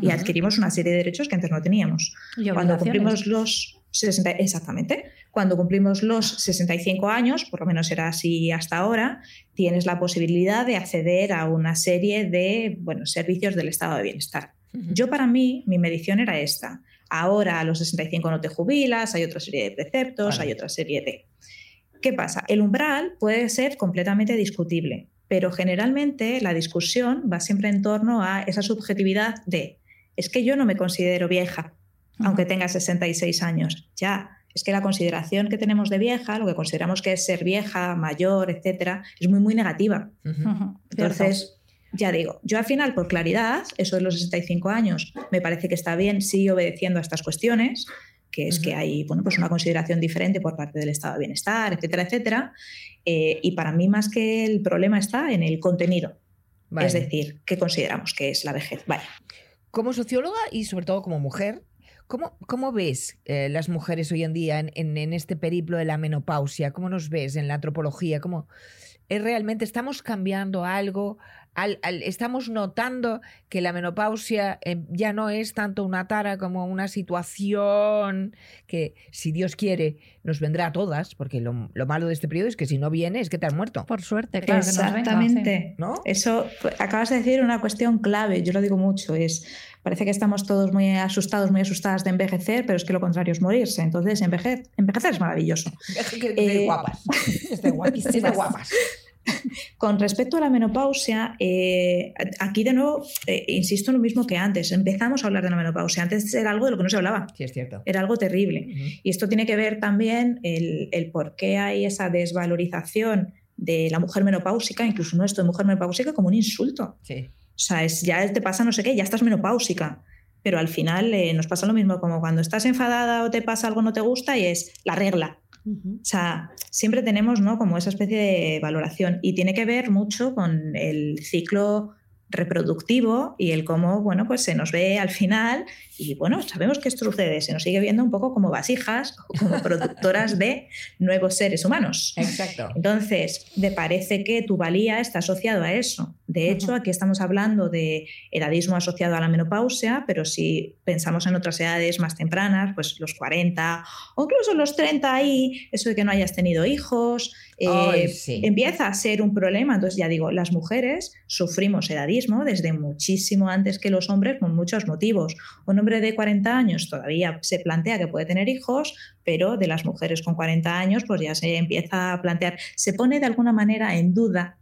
Speaker 4: y
Speaker 2: Ujú.
Speaker 4: adquirimos una serie de derechos que antes no teníamos.
Speaker 2: Y
Speaker 4: Cuando
Speaker 2: obligaciones.
Speaker 4: cumplimos los 60, exactamente, cuando cumplimos los 65 años, por lo menos era así hasta ahora, tienes la posibilidad de acceder a una serie de bueno, servicios del estado de bienestar.
Speaker 1: Ujú.
Speaker 4: Yo para mí, mi medición era esta. Ahora a los 65 no te jubilas, hay otra serie de preceptos,
Speaker 1: Vale.
Speaker 4: hay otra serie de... ¿Qué pasa? El umbral puede ser completamente discutible, pero generalmente la discusión va siempre en torno a esa subjetividad de, es que yo no me considero vieja,
Speaker 2: Ujú.
Speaker 4: aunque tenga 66 años. Ya, es que la consideración que tenemos de vieja, lo que consideramos que es ser vieja, mayor, etcétera, es muy, muy negativa.
Speaker 1: Ujú.
Speaker 2: Ujú, cierto.
Speaker 4: Entonces, ya digo, yo al final, por claridad, eso de los 65 años me parece que está bien, sigue obedeciendo a estas cuestiones, que es que
Speaker 1: Ujú.
Speaker 4: hay bueno, pues una consideración diferente por parte del estado de bienestar, etcétera, etcétera. Eh, y para mí, más que el problema está en el contenido,
Speaker 1: Vale.
Speaker 4: es decir, qué consideramos que es la vejez. Vaya.
Speaker 1: como socióloga y sobre todo como mujer, ¿cómo, cómo ves eh, las mujeres hoy en día en, en- en este periplo de la menopausia? ¿Cómo nos ves en la antropología? ¿Cómo, eh, ¿Realmente estamos cambiando algo? Al- al- ¿Estamos notando que la menopausia eh, ya no es tanto una tara como una situación que, si Dios quiere, nos vendrá a todas? Porque lo, lo malo de este periodo es que si no viene es que te has muerto,
Speaker 2: Por suerte, claro. que nos venga, sí.
Speaker 4: Exactamente.
Speaker 1: ¿no?
Speaker 4: Eso pues, acabas de decir una cuestión clave, yo lo digo mucho, es parece que estamos todos muy asustados, muy asustadas de envejecer, pero es que lo contrario es morirse. Entonces, enveje- envejecer es maravilloso.
Speaker 1: *laughs* Que esté
Speaker 4: Eh,
Speaker 1: guapas. *laughs* Esté guapis- esté guapas.
Speaker 4: Con respecto a la menopausia, eh, aquí de nuevo, eh, insisto en lo mismo que antes, empezamos a hablar de la menopausia. Antes era algo de lo que no se hablaba,
Speaker 1: Sí, es cierto.
Speaker 4: era algo terrible.
Speaker 1: Ujú.
Speaker 4: Y esto tiene que ver también el, el por qué hay esa desvalorización de la mujer menopáusica, incluso nuestro de mujer menopáusica, como un insulto.
Speaker 1: Sí.
Speaker 4: O sea, es, ya te pasa no sé qué, ya estás menopáusica. Pero al final eh, nos pasa lo mismo como cuando estás enfadada o te pasa algo no te gusta y es la regla. O sea, siempre tenemos ¿no? como esa especie de valoración y tiene que ver mucho con el ciclo reproductivo y el cómo, bueno, pues se nos ve al final y bueno, sabemos que esto sucede, se nos sigue viendo un poco como vasijas o como productoras de nuevos seres humanos.
Speaker 1: Exacto.
Speaker 4: Entonces, te parece que tu valía está asociado a eso. De hecho, aquí estamos hablando de edadismo asociado a la menopausia, pero si pensamos en otras edades más tempranas, pues los 40 o incluso los 30 ahí, eso de que no hayas tenido hijos, eh,
Speaker 1: *laughs* Ay, sí.
Speaker 4: empieza a ser un problema. Entonces, ya digo, las mujeres sufrimos edadismo desde muchísimo antes que los hombres por muchos motivos. Un hombre de 40 años todavía se plantea que puede tener hijos, pero de las mujeres con 40 años, pues ya se empieza a plantear, se pone de alguna manera en duda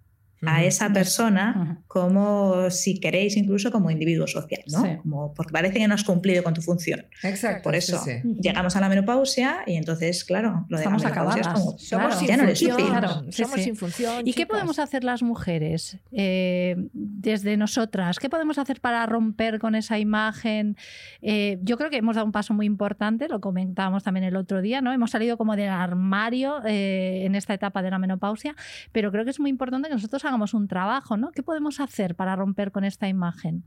Speaker 4: a
Speaker 1: Ujú.
Speaker 4: esa persona
Speaker 2: Ujú.
Speaker 4: como, si queréis, incluso como individuo social, ¿no?
Speaker 2: Sí.
Speaker 4: Como, porque parece que no has cumplido con tu función.
Speaker 1: Exacto.
Speaker 4: Por
Speaker 1: sí,
Speaker 4: eso
Speaker 1: sí.
Speaker 2: Ujú.
Speaker 4: llegamos a la menopausia y entonces, claro, lo de
Speaker 2: Estamos
Speaker 4: la menopausia es
Speaker 2: acabadas.
Speaker 4: como,
Speaker 1: Somos
Speaker 2: Claro,
Speaker 1: sin
Speaker 4: ya no eres
Speaker 1: función.
Speaker 4: útil.
Speaker 2: Claro, sí,
Speaker 1: Somos
Speaker 2: sí.
Speaker 1: sin función.
Speaker 2: ¿Y qué
Speaker 1: chicas.
Speaker 2: podemos hacer las mujeres eh, desde nosotras? ¿Qué podemos hacer para romper con esa imagen? Eh, yo creo que hemos dado un paso muy importante, lo comentábamos también el otro día, ¿no? Hemos salido como del armario eh, en esta etapa de la menopausia, pero creo que es muy importante que nosotros hagamos un trabajo, ¿no? ¿Qué podemos hacer para romper con esta imagen?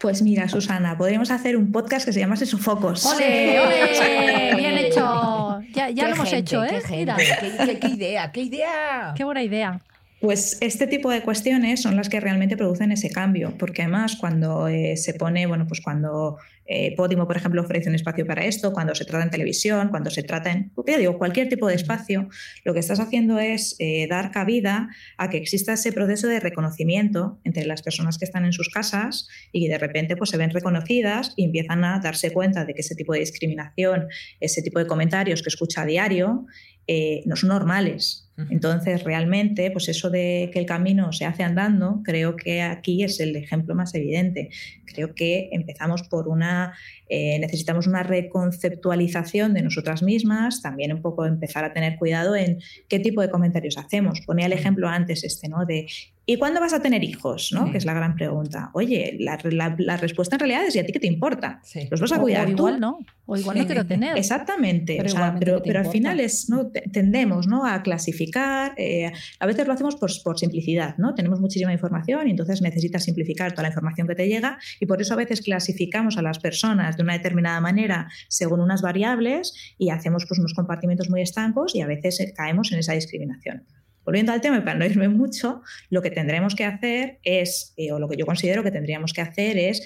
Speaker 4: Pues mira, Susana, podríamos hacer un podcast que se llamase Sofocos.
Speaker 2: ¡Ole!
Speaker 1: *laughs*
Speaker 2: ¡Ole! ¡Bien hecho! Ya, ya
Speaker 1: Qué
Speaker 2: lo hemos
Speaker 1: gente,
Speaker 2: hecho,
Speaker 1: Qué,
Speaker 2: ¿eh?
Speaker 1: gente,
Speaker 2: Mira,
Speaker 1: qué, qué- qué idea, qué idea.
Speaker 2: qué buena idea.
Speaker 4: Pues este tipo de cuestiones son las que realmente producen ese cambio, porque además cuando eh, se pone, bueno, pues cuando eh, Podimo, por ejemplo, ofrece un espacio para esto, cuando se trata en televisión, cuando se trata en, pues ya digo, cualquier tipo de espacio, lo que estás haciendo es eh, dar cabida a que exista ese proceso de reconocimiento entre las personas que están en sus casas y que de repente pues, se ven reconocidas y empiezan a darse cuenta de que ese tipo de discriminación, ese tipo de comentarios que escucha a diario, eh, no son normales.
Speaker 1: Ujú.
Speaker 4: Entonces, realmente, pues eso de que el camino se hace andando, creo que aquí es el ejemplo más evidente. Creo que empezamos por una, eh, necesitamos una reconceptualización de nosotras mismas, también un poco empezar a tener cuidado en qué tipo de comentarios hacemos. Ponía el ejemplo antes este, ¿no? De, ¿y cuándo vas a tener hijos? ¿no?
Speaker 1: Sí.
Speaker 4: Que es la gran pregunta. Oye, la, la- la respuesta en realidad es, ¿y a ti qué te importa?
Speaker 1: Sí.
Speaker 4: ¿Los vas a
Speaker 2: O, o
Speaker 4: cuidar tú?
Speaker 2: igual no, o igual no
Speaker 1: Sí.
Speaker 2: quiero tener.
Speaker 4: Exactamente,
Speaker 2: Pero
Speaker 4: pero, o sea,
Speaker 2: igualmente
Speaker 4: pero,
Speaker 2: que te
Speaker 4: pero al
Speaker 2: importa.
Speaker 4: final es, ¿no? Te- tendemos ¿no? a clasificar, eh, a veces lo hacemos por, por simplicidad, ¿no? tenemos muchísima información y entonces necesitas simplificar toda la información que te llega y por eso a veces clasificamos a las personas de una determinada manera según unas variables y hacemos pues, unos compartimentos muy estancos y a veces eh, caemos en esa discriminación. Volviendo al tema, y para no irme mucho, lo que tendremos que hacer es, eh, o lo que yo considero que tendríamos que hacer es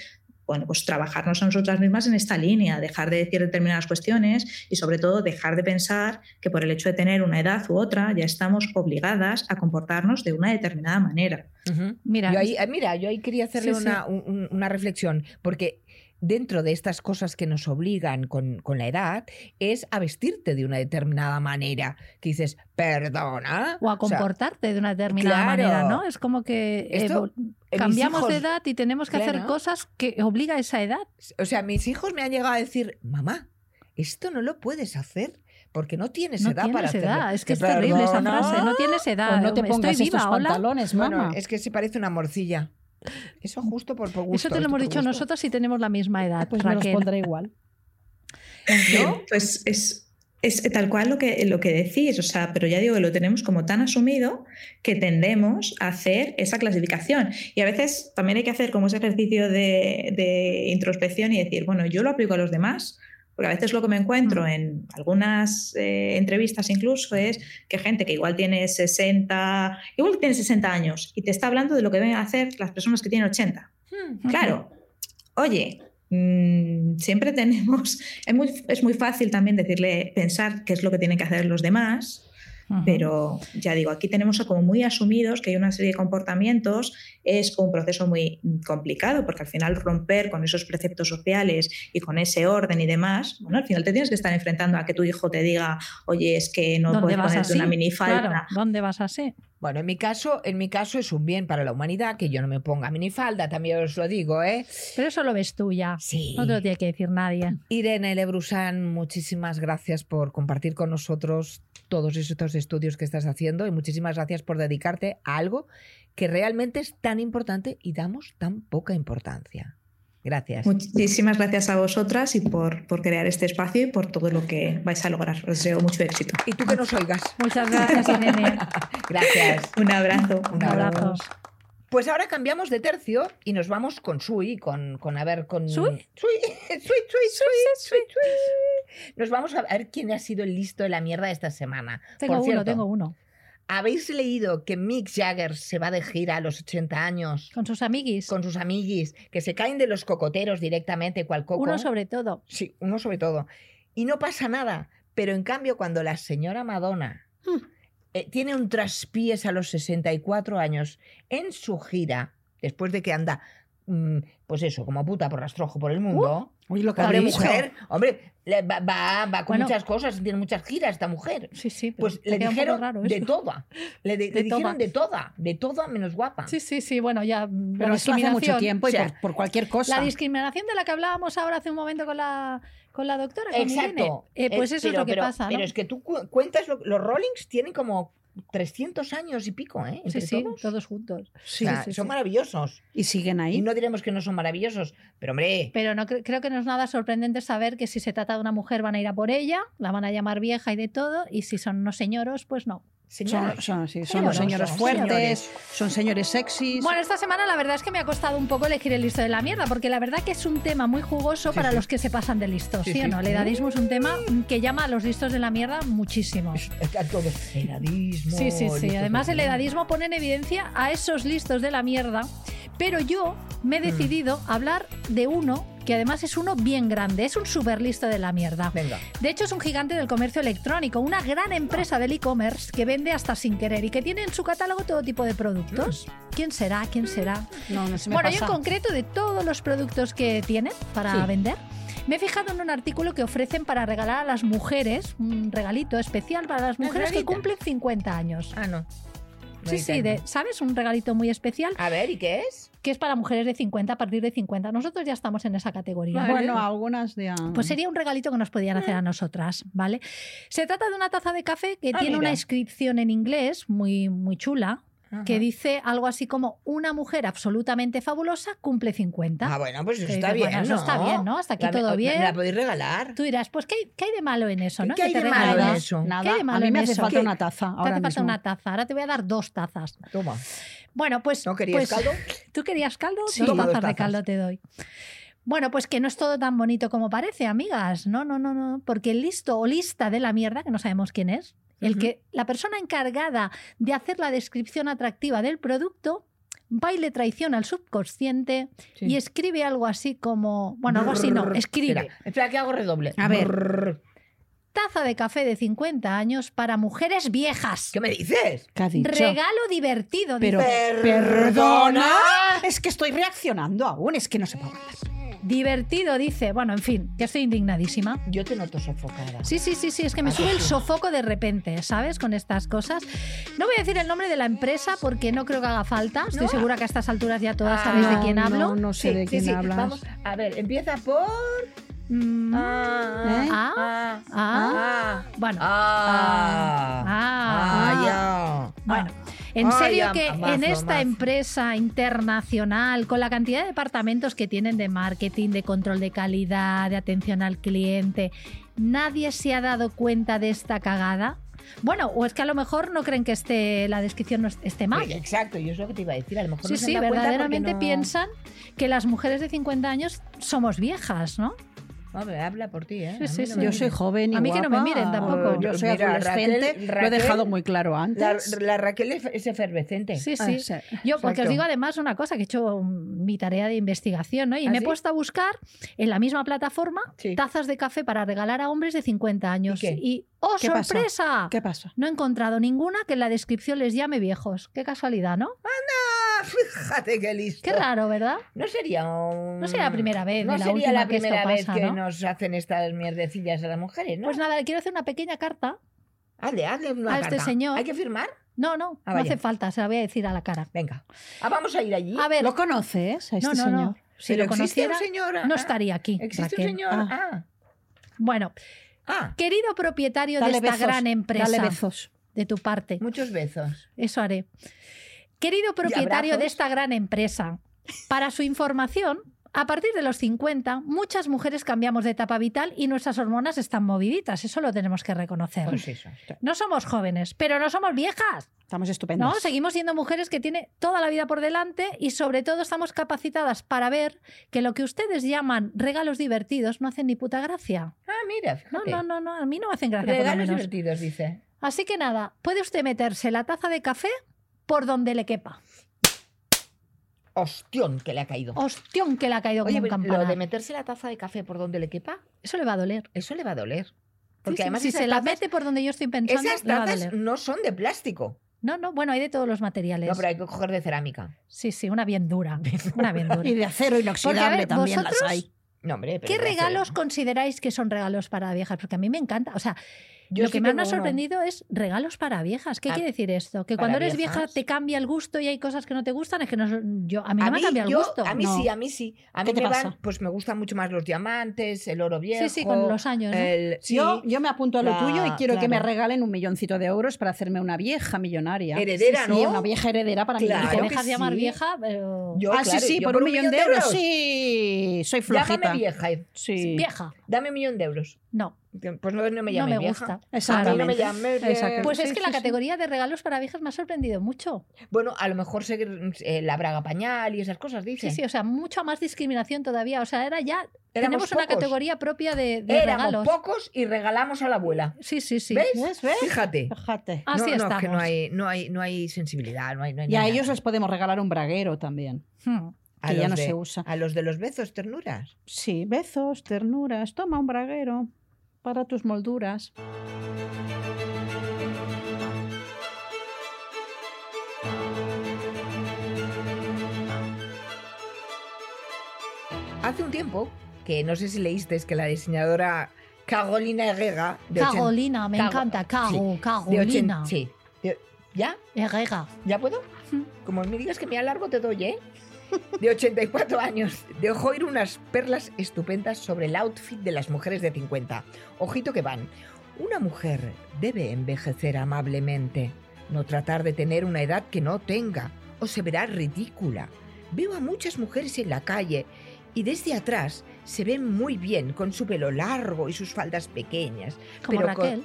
Speaker 4: bueno, pues trabajarnos a nosotras mismas en esta línea, dejar de decir determinadas cuestiones y sobre todo dejar de pensar que por el hecho de tener una edad u otra ya estamos obligadas a comportarnos de una determinada manera.
Speaker 1: Ujú.
Speaker 2: Mira,
Speaker 1: Yo ahí, eh, mira, yo ahí quería hacerle
Speaker 2: Sí, sí.
Speaker 1: una, un- un- una reflexión, porque dentro de estas cosas que nos obligan con, con la edad es a vestirte de una determinada manera, que dices, perdona.
Speaker 2: o a
Speaker 1: sea,
Speaker 2: comportarte de una determinada
Speaker 1: claro.
Speaker 2: manera, ¿no? Es como que eh,
Speaker 1: Esto,
Speaker 2: vol-
Speaker 1: mis
Speaker 2: cambiamos de
Speaker 1: hijos-
Speaker 2: edad y tenemos que hacer
Speaker 1: Claro.
Speaker 2: cosas que obliga a esa edad.
Speaker 1: O sea, mis hijos me han llegado a decir, mamá, esto no lo puedes hacer porque no tienes
Speaker 2: No
Speaker 1: edad para
Speaker 2: tienes
Speaker 1: hacerlo.
Speaker 2: edad, es que es
Speaker 1: Perdona.
Speaker 2: terrible esa frase, no tienes
Speaker 5: O
Speaker 2: edad,
Speaker 5: no te pongas
Speaker 2: estoy
Speaker 5: estos
Speaker 2: viva, hola.
Speaker 5: pantalones,
Speaker 1: Bueno,
Speaker 5: mamá.
Speaker 1: es que se parece una morcilla. Eso justo por, por gusto.
Speaker 2: Eso te lo
Speaker 1: esto
Speaker 2: hemos
Speaker 1: por
Speaker 2: dicho
Speaker 1: gusto.
Speaker 2: nosotros y tenemos la misma edad,
Speaker 5: Pues me los
Speaker 2: Raquel.
Speaker 5: pondré igual.
Speaker 4: ¿no? Pues es, es tal cual lo que, lo que decís, o sea, pero ya digo que lo tenemos como tan asumido que tendemos a hacer esa clasificación. Y a veces también hay que hacer como ese ejercicio de, de introspección y decir, bueno, yo lo aplico a los demás. Porque a veces lo que me encuentro en algunas eh, entrevistas incluso es que gente que igual tiene 60, igual que tiene 60 años y te está hablando de lo que deben hacer las personas que tienen 80. Claro. Oye, mm, siempre tenemos. *laughs* Es muy, es muy fácil también decirle, pensar qué es lo que tienen que hacer los demás,
Speaker 2: Ujú.
Speaker 4: pero ya digo, aquí tenemos como muy asumidos que hay una serie de comportamientos, es un proceso muy complicado, porque al final romper con esos preceptos sociales y con ese orden y demás, bueno, al final te tienes que estar enfrentando a que tu hijo te diga, oye, es que no
Speaker 2: ¿Dónde
Speaker 4: puedes
Speaker 2: vas
Speaker 4: ponerte
Speaker 2: así?
Speaker 4: una minifalda.
Speaker 2: Claro, ¿dónde vas así?
Speaker 1: Bueno, en mi caso, en mi caso es un bien para la humanidad que yo no me ponga minifalda, también os lo digo, ¿eh?
Speaker 2: Pero eso lo ves tú ya.
Speaker 1: Sí.
Speaker 2: No te lo tiene que decir nadie.
Speaker 1: Irene Lebrusán, muchísimas gracias por compartir con nosotros todos estos estudios que estás haciendo y muchísimas gracias por dedicarte a algo que realmente es tan importante y damos tan poca importancia. Gracias.
Speaker 4: Muchísimas gracias a vosotras y por, por crear este espacio y por todo lo que vais a lograr. Os deseo mucho éxito.
Speaker 1: Y tú que nos oigas. *laughs*
Speaker 2: Muchas gracias, Irene. *laughs*
Speaker 1: Gracias.
Speaker 4: Un abrazo.
Speaker 1: Un
Speaker 2: Abrazos.
Speaker 1: abrazo. Pues ahora cambiamos de tercio y nos vamos con Sui, con, con a ver, con...
Speaker 2: ¿Sui?
Speaker 1: Sui, *laughs* Sui, Sui, Sui, Sui, Sui. Nos vamos a ver quién ha sido el listo de la mierda esta semana.
Speaker 2: Tengo
Speaker 1: Por
Speaker 2: uno,
Speaker 1: cierto,
Speaker 2: tengo uno.
Speaker 1: ¿habéis leído que Mick Jagger se va de gira a los 80 años
Speaker 2: Con sus amiguis.
Speaker 1: con sus amiguis, que se caen de los cocoteros directamente, cual coco?
Speaker 2: Uno sobre todo.
Speaker 1: Sí, uno sobre todo. Y no pasa nada. Pero en cambio, cuando la señora Madonna
Speaker 3: Hmm.
Speaker 1: eh, tiene un traspiés a los 64 años en su gira, después de que anda, mm, pues eso, como puta por rastrojo por el mundo,
Speaker 3: Uh, Uy, lo que
Speaker 1: pobre
Speaker 3: habré
Speaker 2: cabrón.
Speaker 1: mujer, hombre, le- va, va- va con
Speaker 2: Bueno.
Speaker 1: muchas cosas, tiene muchas giras esta mujer.
Speaker 2: Sí, sí. pero
Speaker 1: Pues le
Speaker 2: me queda un poco
Speaker 1: dijeron
Speaker 2: raro
Speaker 1: de
Speaker 2: eso.
Speaker 1: toda. Le, de- le
Speaker 2: De
Speaker 1: dijeron
Speaker 2: toda.
Speaker 1: de toda, de toda menos guapa.
Speaker 2: Sí, sí, sí. Bueno, ya. mm,
Speaker 3: Pero
Speaker 2: la
Speaker 3: eso hace mucho
Speaker 2: discriminación-
Speaker 3: tiempo
Speaker 1: o
Speaker 3: y
Speaker 1: sea,
Speaker 3: por, por cualquier cosa.
Speaker 2: La discriminación de la que hablábamos ahora hace un momento con la, con la doctora. con Irene.
Speaker 1: Exacto.
Speaker 2: Eh, pues
Speaker 1: Eh,
Speaker 2: eso es
Speaker 1: pero-
Speaker 2: lo que
Speaker 1: pero-
Speaker 2: pasa. ¿no?
Speaker 1: Pero es que tú cu- cuentas, lo- los Rollings tienen como 300 años y pico, ¿eh?
Speaker 2: sí,
Speaker 1: Entre
Speaker 2: sí,
Speaker 1: todos.
Speaker 2: todos, juntos.
Speaker 1: O
Speaker 3: Sí,
Speaker 1: sea,
Speaker 2: sí,
Speaker 1: son
Speaker 2: sí.
Speaker 1: maravillosos.
Speaker 3: Y siguen
Speaker 1: Y
Speaker 3: ahí.
Speaker 1: no diremos que no son maravillosos, pero hombre,
Speaker 2: Pero no cre- creo que no es nada sorprendente saber que si se trata de una mujer van a ir a por ella, la van a llamar vieja y de todo, y si son unos señoros, pues no.
Speaker 1: señores,
Speaker 3: Son, son, sí, son
Speaker 1: Señoros,
Speaker 3: los señores
Speaker 1: son
Speaker 3: fuertes,
Speaker 1: señores.
Speaker 3: son señores sexys.
Speaker 2: Bueno, esta semana la verdad es que me ha costado un poco elegir el listo de la mierda, porque la verdad que es un tema muy jugoso
Speaker 1: Sí,
Speaker 2: para
Speaker 1: sí.
Speaker 2: los que se pasan de listos,
Speaker 1: Sí,
Speaker 2: ¿sí, o
Speaker 1: sí.
Speaker 2: no? El edadismo es un tema que llama a los listos de la mierda muchísimo.
Speaker 1: a todos, edadismo.
Speaker 2: Sí, sí, sí.
Speaker 1: listos
Speaker 2: Además,
Speaker 1: de
Speaker 2: el
Speaker 1: bien.
Speaker 2: edadismo pone en evidencia a esos listos de la mierda. Pero yo
Speaker 1: Mm.
Speaker 2: me he decidido a hablar de uno que además es uno bien grande, es un super listo de la mierda.
Speaker 1: Venga,
Speaker 2: De hecho, es un gigante del comercio electrónico, una gran empresa del e-commerce que vende hasta sin querer y que tiene en su catálogo todo tipo de productos. ¿Quién será? ¿Quién será?
Speaker 3: no, no se me
Speaker 2: Bueno, yo
Speaker 3: pasa.
Speaker 2: en concreto de todos los productos que tienen para
Speaker 1: Sí.
Speaker 2: vender, me he fijado en un artículo que ofrecen para regalar a las mujeres, un regalito especial para las
Speaker 1: Las
Speaker 2: mujeres que
Speaker 1: raritas.
Speaker 2: cumplen 50 años.
Speaker 1: ah, no.
Speaker 2: Sí, sí, de, ¿sabes? Un regalito muy especial
Speaker 1: A ver, ¿y qué es?
Speaker 2: que es para mujeres de 50 a partir de 50. Nosotros ya estamos en esa categoría.
Speaker 1: Vale. Mm.
Speaker 3: Bueno, algunas de... ah,
Speaker 2: Pues sería un regalito que nos podían hacer a nosotras, ¿vale? Se trata de una taza de café que
Speaker 1: Ah,
Speaker 2: tiene
Speaker 1: mira.
Speaker 2: una inscripción en inglés muy, muy chula que
Speaker 1: Ajá.
Speaker 2: dice algo así como una mujer absolutamente fabulosa cumple 50.
Speaker 1: Ah, bueno, pues eso
Speaker 2: Que
Speaker 1: está
Speaker 2: dices,
Speaker 1: bien,
Speaker 2: bueno, eso
Speaker 1: ¿no?
Speaker 2: está bien, ¿no? Hasta aquí
Speaker 1: La-
Speaker 2: todo
Speaker 1: me-
Speaker 2: bien.
Speaker 1: Me la podéis regalar.
Speaker 2: Tú dirás, pues ¿qué hay, qué hay de malo en eso? ¿no?
Speaker 1: ¿Qué
Speaker 2: Que
Speaker 1: hay
Speaker 2: te
Speaker 1: de malo en
Speaker 2: regalen-
Speaker 1: eso?
Speaker 3: Nada,
Speaker 2: ¿Qué de
Speaker 3: a
Speaker 2: malo
Speaker 3: mí
Speaker 2: en
Speaker 3: me hace
Speaker 2: eso?
Speaker 3: falta
Speaker 2: ¿Qué-
Speaker 3: una
Speaker 2: Te
Speaker 3: taza
Speaker 2: hace
Speaker 3: ahora
Speaker 2: falta
Speaker 3: mismo.
Speaker 2: una taza, ahora te voy a dar dos tazas.
Speaker 1: Toma.
Speaker 2: Bueno, pues...
Speaker 1: ¿No querías
Speaker 2: pues-
Speaker 1: caldo?
Speaker 2: ¿Tú querías caldo?
Speaker 1: Sí.
Speaker 2: dos
Speaker 1: Toma dos
Speaker 2: tazas de
Speaker 1: tazas.
Speaker 2: caldo te doy. Bueno, pues que no es todo tan bonito como parece, amigas. No, no, no, no. Porque el listo o lista de la mierda, que no sabemos quién es, el
Speaker 1: Ujú.
Speaker 2: que la persona encargada de hacer la descripción atractiva del producto va y le traiciona al subconsciente
Speaker 1: Sí.
Speaker 2: y escribe algo así como. Bueno, algo así no,
Speaker 1: Brrr.
Speaker 2: escribe.
Speaker 1: Espera, espera, que hago redoble.
Speaker 2: Ah.
Speaker 3: A ver.
Speaker 1: Brrr.
Speaker 2: Taza de café de 50 años para mujeres viejas.
Speaker 1: ¿Qué me dices?
Speaker 3: ¿Qué ha dicho?
Speaker 2: Regalo divertido.
Speaker 3: Pero,
Speaker 2: dice.
Speaker 3: ¿perdona? Es que estoy reaccionando aún, es que no se puede.
Speaker 2: Divertido, dice. Bueno, en fin, que estoy indignadísima.
Speaker 1: Yo te noto sofocada.
Speaker 2: Sí, sí, sí, sí, es que me
Speaker 1: Ah,
Speaker 2: sube
Speaker 1: pues
Speaker 2: el
Speaker 1: sí.
Speaker 2: sofoco de repente, ¿sabes? Con estas cosas. No voy a decir el nombre de la empresa porque no creo que haga falta. Estoy
Speaker 1: No.
Speaker 2: segura que a estas alturas ya todas
Speaker 1: Ah,
Speaker 2: sabéis de
Speaker 3: No,
Speaker 2: quién
Speaker 3: no,
Speaker 2: hablo.
Speaker 3: No, sé de quién hablas.
Speaker 1: Vamos, a ver, empieza por.
Speaker 2: Mm,
Speaker 1: Ah,
Speaker 2: ah,
Speaker 1: ah,
Speaker 2: ah,
Speaker 1: ah,
Speaker 2: Bueno.
Speaker 1: ah,
Speaker 2: ah,
Speaker 1: ah, ya.
Speaker 2: Bueno, en
Speaker 1: Ah,
Speaker 2: serio
Speaker 1: ya,
Speaker 2: que
Speaker 1: mazo,
Speaker 2: en esta
Speaker 1: mazo.
Speaker 2: empresa internacional, con la cantidad de departamentos que tienen de marketing, de control de calidad, de atención al cliente, nadie se ha dado cuenta de esta cagada. Bueno, o es que a lo mejor no creen que esté, la descripción no est- esté mal.
Speaker 1: Oye, exacto, yo es lo que te iba a decir. A lo mejor
Speaker 2: Sí,
Speaker 1: no se
Speaker 2: sí,
Speaker 1: han dado cuenta
Speaker 2: verdaderamente
Speaker 1: porque no-
Speaker 2: piensan que las mujeres de 50 años somos viejas, ¿no?
Speaker 1: Hombre, habla por ti, ¿eh?
Speaker 2: Sí,
Speaker 1: A
Speaker 2: sí,
Speaker 1: mí no me
Speaker 2: sí.
Speaker 3: Yo
Speaker 1: mires.
Speaker 3: soy joven y
Speaker 2: A mí que no me
Speaker 3: guapa,
Speaker 2: miren tampoco.
Speaker 3: o Yo soy
Speaker 1: Mira,
Speaker 3: adolescente,
Speaker 1: Raquel-
Speaker 3: lo he dejado
Speaker 1: Raquel-
Speaker 3: muy claro
Speaker 1: La,
Speaker 3: antes.
Speaker 1: la Raquel es- es efervescente.
Speaker 2: Sí,
Speaker 3: Ah,
Speaker 2: sí. Yo, porque os
Speaker 1: Exacto.
Speaker 2: digo además una cosa, que he hecho mm, mi tarea de investigación, ¿no? Y
Speaker 1: ¿Ah,
Speaker 2: me he
Speaker 1: sí?
Speaker 2: puesto a buscar en la misma plataforma
Speaker 1: Sí.
Speaker 2: tazas de café para regalar a hombres de 50 años.
Speaker 1: qué?
Speaker 2: ¡oh,
Speaker 3: ¿Qué pasó?
Speaker 2: sorpresa!
Speaker 3: ¿Qué pasa?
Speaker 2: No he encontrado ninguna que en la descripción les llame viejos. Qué casualidad, ¿no?
Speaker 1: Ah, fíjate qué listo. *laughs*
Speaker 2: Qué raro, ¿verdad?
Speaker 1: No sería un-
Speaker 2: No sería la primera vez
Speaker 1: Mm, No
Speaker 2: ni la
Speaker 1: sería
Speaker 2: última
Speaker 1: la
Speaker 2: que esto
Speaker 1: primera vez
Speaker 2: pasa,
Speaker 1: que
Speaker 2: ¿no?
Speaker 1: nos hacen estas mierdecillas a las mujeres, ¿no?
Speaker 2: Pues nada, le quiero hacer una pequeña carta.
Speaker 1: hazle, hazle una
Speaker 2: a este
Speaker 1: carta.
Speaker 2: señor-
Speaker 1: ¿Hay que firmar?
Speaker 2: No, no,
Speaker 1: Ah,
Speaker 2: no
Speaker 1: vaya.
Speaker 2: hace falta, se la voy a decir a la cara.
Speaker 1: Venga. Ah, vamos a ir allí.
Speaker 2: A ver,
Speaker 3: ¿Lo conoces a este
Speaker 2: no, no,
Speaker 3: señor?
Speaker 2: no. Si
Speaker 1: Pero
Speaker 2: lo
Speaker 1: existe un
Speaker 2: conociera,
Speaker 1: señor, ah,
Speaker 2: no estaría aquí.
Speaker 1: Existe
Speaker 2: Raquel.
Speaker 1: un señor. Ah.
Speaker 2: Bueno,
Speaker 1: ah,
Speaker 2: querido propietario
Speaker 3: Dale
Speaker 2: de esta
Speaker 3: besos,
Speaker 2: gran
Speaker 3: Dale
Speaker 2: empresa,
Speaker 3: besos.
Speaker 2: de tu parte,
Speaker 1: muchos besos.
Speaker 2: Eso haré. Querido propietario
Speaker 1: abrazos.
Speaker 2: de esta gran empresa, para su información, A partir de los 50, muchas mujeres cambiamos de etapa vital y nuestras hormonas están moviditas. Eso lo tenemos que reconocer.
Speaker 1: Pues eso.
Speaker 2: No somos jóvenes, pero no somos viejas.
Speaker 3: Estamos estupendos.
Speaker 2: ¿no? Seguimos siendo mujeres que tienen toda la vida por delante y sobre todo estamos capacitadas para ver que lo que ustedes llaman regalos divertidos no hacen ni puta gracia.
Speaker 1: Ah, mira,
Speaker 2: No,
Speaker 1: fíjate.
Speaker 2: no, no, no, a mí no me hacen gracia. por lo
Speaker 1: Regalos
Speaker 2: menos.
Speaker 1: divertidos, dice.
Speaker 2: Así que nada, puede usted meterse la taza de café por donde le quepa.
Speaker 1: Ostión que le ha caído.
Speaker 2: Hostión que le ha caído como
Speaker 1: Oye,
Speaker 2: un
Speaker 1: pero
Speaker 2: campana.
Speaker 1: lo de meterse la taza de café por donde le quepa,
Speaker 2: Eso le va a doler.
Speaker 1: eso le va a doler.
Speaker 2: Sí,
Speaker 1: Porque
Speaker 2: sí,
Speaker 1: además
Speaker 2: si
Speaker 1: esas
Speaker 2: se la
Speaker 1: tazas-
Speaker 2: mete por donde yo estoy pensando,
Speaker 1: esas
Speaker 2: le va a
Speaker 1: tazas
Speaker 2: doler.
Speaker 1: no son de plástico.
Speaker 2: No, no, bueno, hay de todos los materiales.
Speaker 1: No, pero hay que coger de cerámica.
Speaker 2: Sí, sí, una bien dura. *laughs* Una
Speaker 1: *laughs*
Speaker 2: bien dura.
Speaker 3: Y de acero inoxidable
Speaker 2: Porque, a ver,
Speaker 3: también
Speaker 2: vosotros-
Speaker 3: las hay.
Speaker 1: No, hombre, pero
Speaker 2: ¿Qué
Speaker 1: de acero,
Speaker 2: regalos
Speaker 1: ¿no?
Speaker 2: consideráis que son regalos para viejas? Porque a mí me encanta. O sea,
Speaker 1: Yo
Speaker 2: lo
Speaker 1: sí
Speaker 2: que más me ha
Speaker 1: tengo uno.
Speaker 2: sorprendido es regalos para viejas. ¿Qué
Speaker 1: Ah,
Speaker 2: quiere decir esto? Que
Speaker 1: para
Speaker 2: cuando eres vieja
Speaker 1: viejas.
Speaker 2: te cambia el gusto y hay cosas que no te gustan. Es que no, yo, a mí
Speaker 1: A
Speaker 2: no me
Speaker 1: mí,
Speaker 2: cambia el
Speaker 1: yo-
Speaker 2: gusto.
Speaker 1: a mí
Speaker 3: No.
Speaker 1: sí, a mí sí. A
Speaker 3: ¿Qué
Speaker 1: mí
Speaker 3: te
Speaker 1: me
Speaker 3: pasa?
Speaker 1: van, pues me gustan mucho más los diamantes, el oro viejo. eh,
Speaker 2: sí, sí, con los años. ¿no?
Speaker 1: el- sí,
Speaker 3: Yo, yo me apunto a lo
Speaker 1: la-
Speaker 3: tuyo y quiero que me
Speaker 1: claro.
Speaker 3: regalen un milloncito de euros para hacerme una vieja millonaria.
Speaker 1: Heredera,
Speaker 3: Sí, sí,
Speaker 1: ¿no?
Speaker 3: una vieja heredera para
Speaker 1: Claro
Speaker 2: y te
Speaker 3: mi hijo.
Speaker 2: dejas
Speaker 1: que
Speaker 2: llamar
Speaker 1: sí.
Speaker 2: vieja, pero.
Speaker 1: Yo,
Speaker 3: ah,
Speaker 1: claro,
Speaker 3: sí, sí,
Speaker 1: yo
Speaker 3: por, un millón, de euros. Sí, soy flojita.
Speaker 1: Llámame vieja. eh,
Speaker 3: Sí.
Speaker 2: Vieja.
Speaker 1: Dame un millón de euros.
Speaker 2: No,
Speaker 1: Pues no, no me
Speaker 2: no
Speaker 1: llame
Speaker 2: me
Speaker 1: vieja.
Speaker 2: gusta.
Speaker 1: A mí
Speaker 3: Exactamente.
Speaker 1: no me llame vieja.
Speaker 3: Exacto.
Speaker 2: Pues es
Speaker 3: Sí,
Speaker 2: que
Speaker 3: sí,
Speaker 2: la
Speaker 3: sí.
Speaker 2: categoría de regalos para viejas me ha sorprendido mucho.
Speaker 1: Bueno, a lo mejor se, eh, la braga pañal y esas cosas,
Speaker 2: Sí,
Speaker 1: dice.
Speaker 2: sí, o sea, mucha más discriminación todavía. O sea, era ya.
Speaker 1: Éramos
Speaker 2: tenemos una
Speaker 1: pocos.
Speaker 2: categoría propia de, de
Speaker 1: Éramos
Speaker 2: regalos.
Speaker 1: pocos y regalamos a la abuela.
Speaker 2: Sí, sí, sí.
Speaker 1: ¿Ves?
Speaker 3: ¿Ves? ¿Ves?
Speaker 1: Fíjate.
Speaker 3: Fíjate.
Speaker 2: Así
Speaker 1: no, no, es
Speaker 2: estamos.
Speaker 1: que no hay, no hay, no hay sensibilidad, no hay, no hay
Speaker 3: Y a
Speaker 1: nada.
Speaker 3: ellos les podemos regalar un braguero también,
Speaker 2: Hmm.
Speaker 1: A
Speaker 3: que ya
Speaker 1: los
Speaker 3: no
Speaker 1: de-
Speaker 3: se usa.
Speaker 1: A los de los bezos, ternuras.
Speaker 3: Sí, besos, ternuras. Toma un braguero para tus molduras.
Speaker 1: Hace un tiempo, que no sé si leíste, es que la diseñadora Carolina Herrera... De ochen-
Speaker 2: Carolina, me
Speaker 1: Cago-
Speaker 2: encanta. Cago,
Speaker 1: de ochen-
Speaker 2: Carolina.
Speaker 1: Sí. De- ¿Ya?
Speaker 2: Herrera.
Speaker 1: ¿Ya puedo?
Speaker 2: Mm.
Speaker 1: Como me digas que me alargo, te doy, ¿eh? De 84 años, dejó ir unas perlas estupendas sobre el outfit de las mujeres de 50. Ojito que van. Una mujer debe envejecer amablemente, no tratar de tener una edad que no tenga, o se verá ridícula. Veo a muchas mujeres en la calle y desde atrás se ven muy bien con su pelo largo y sus faldas pequeñas,
Speaker 2: Como
Speaker 1: Pero con-
Speaker 2: Raquel.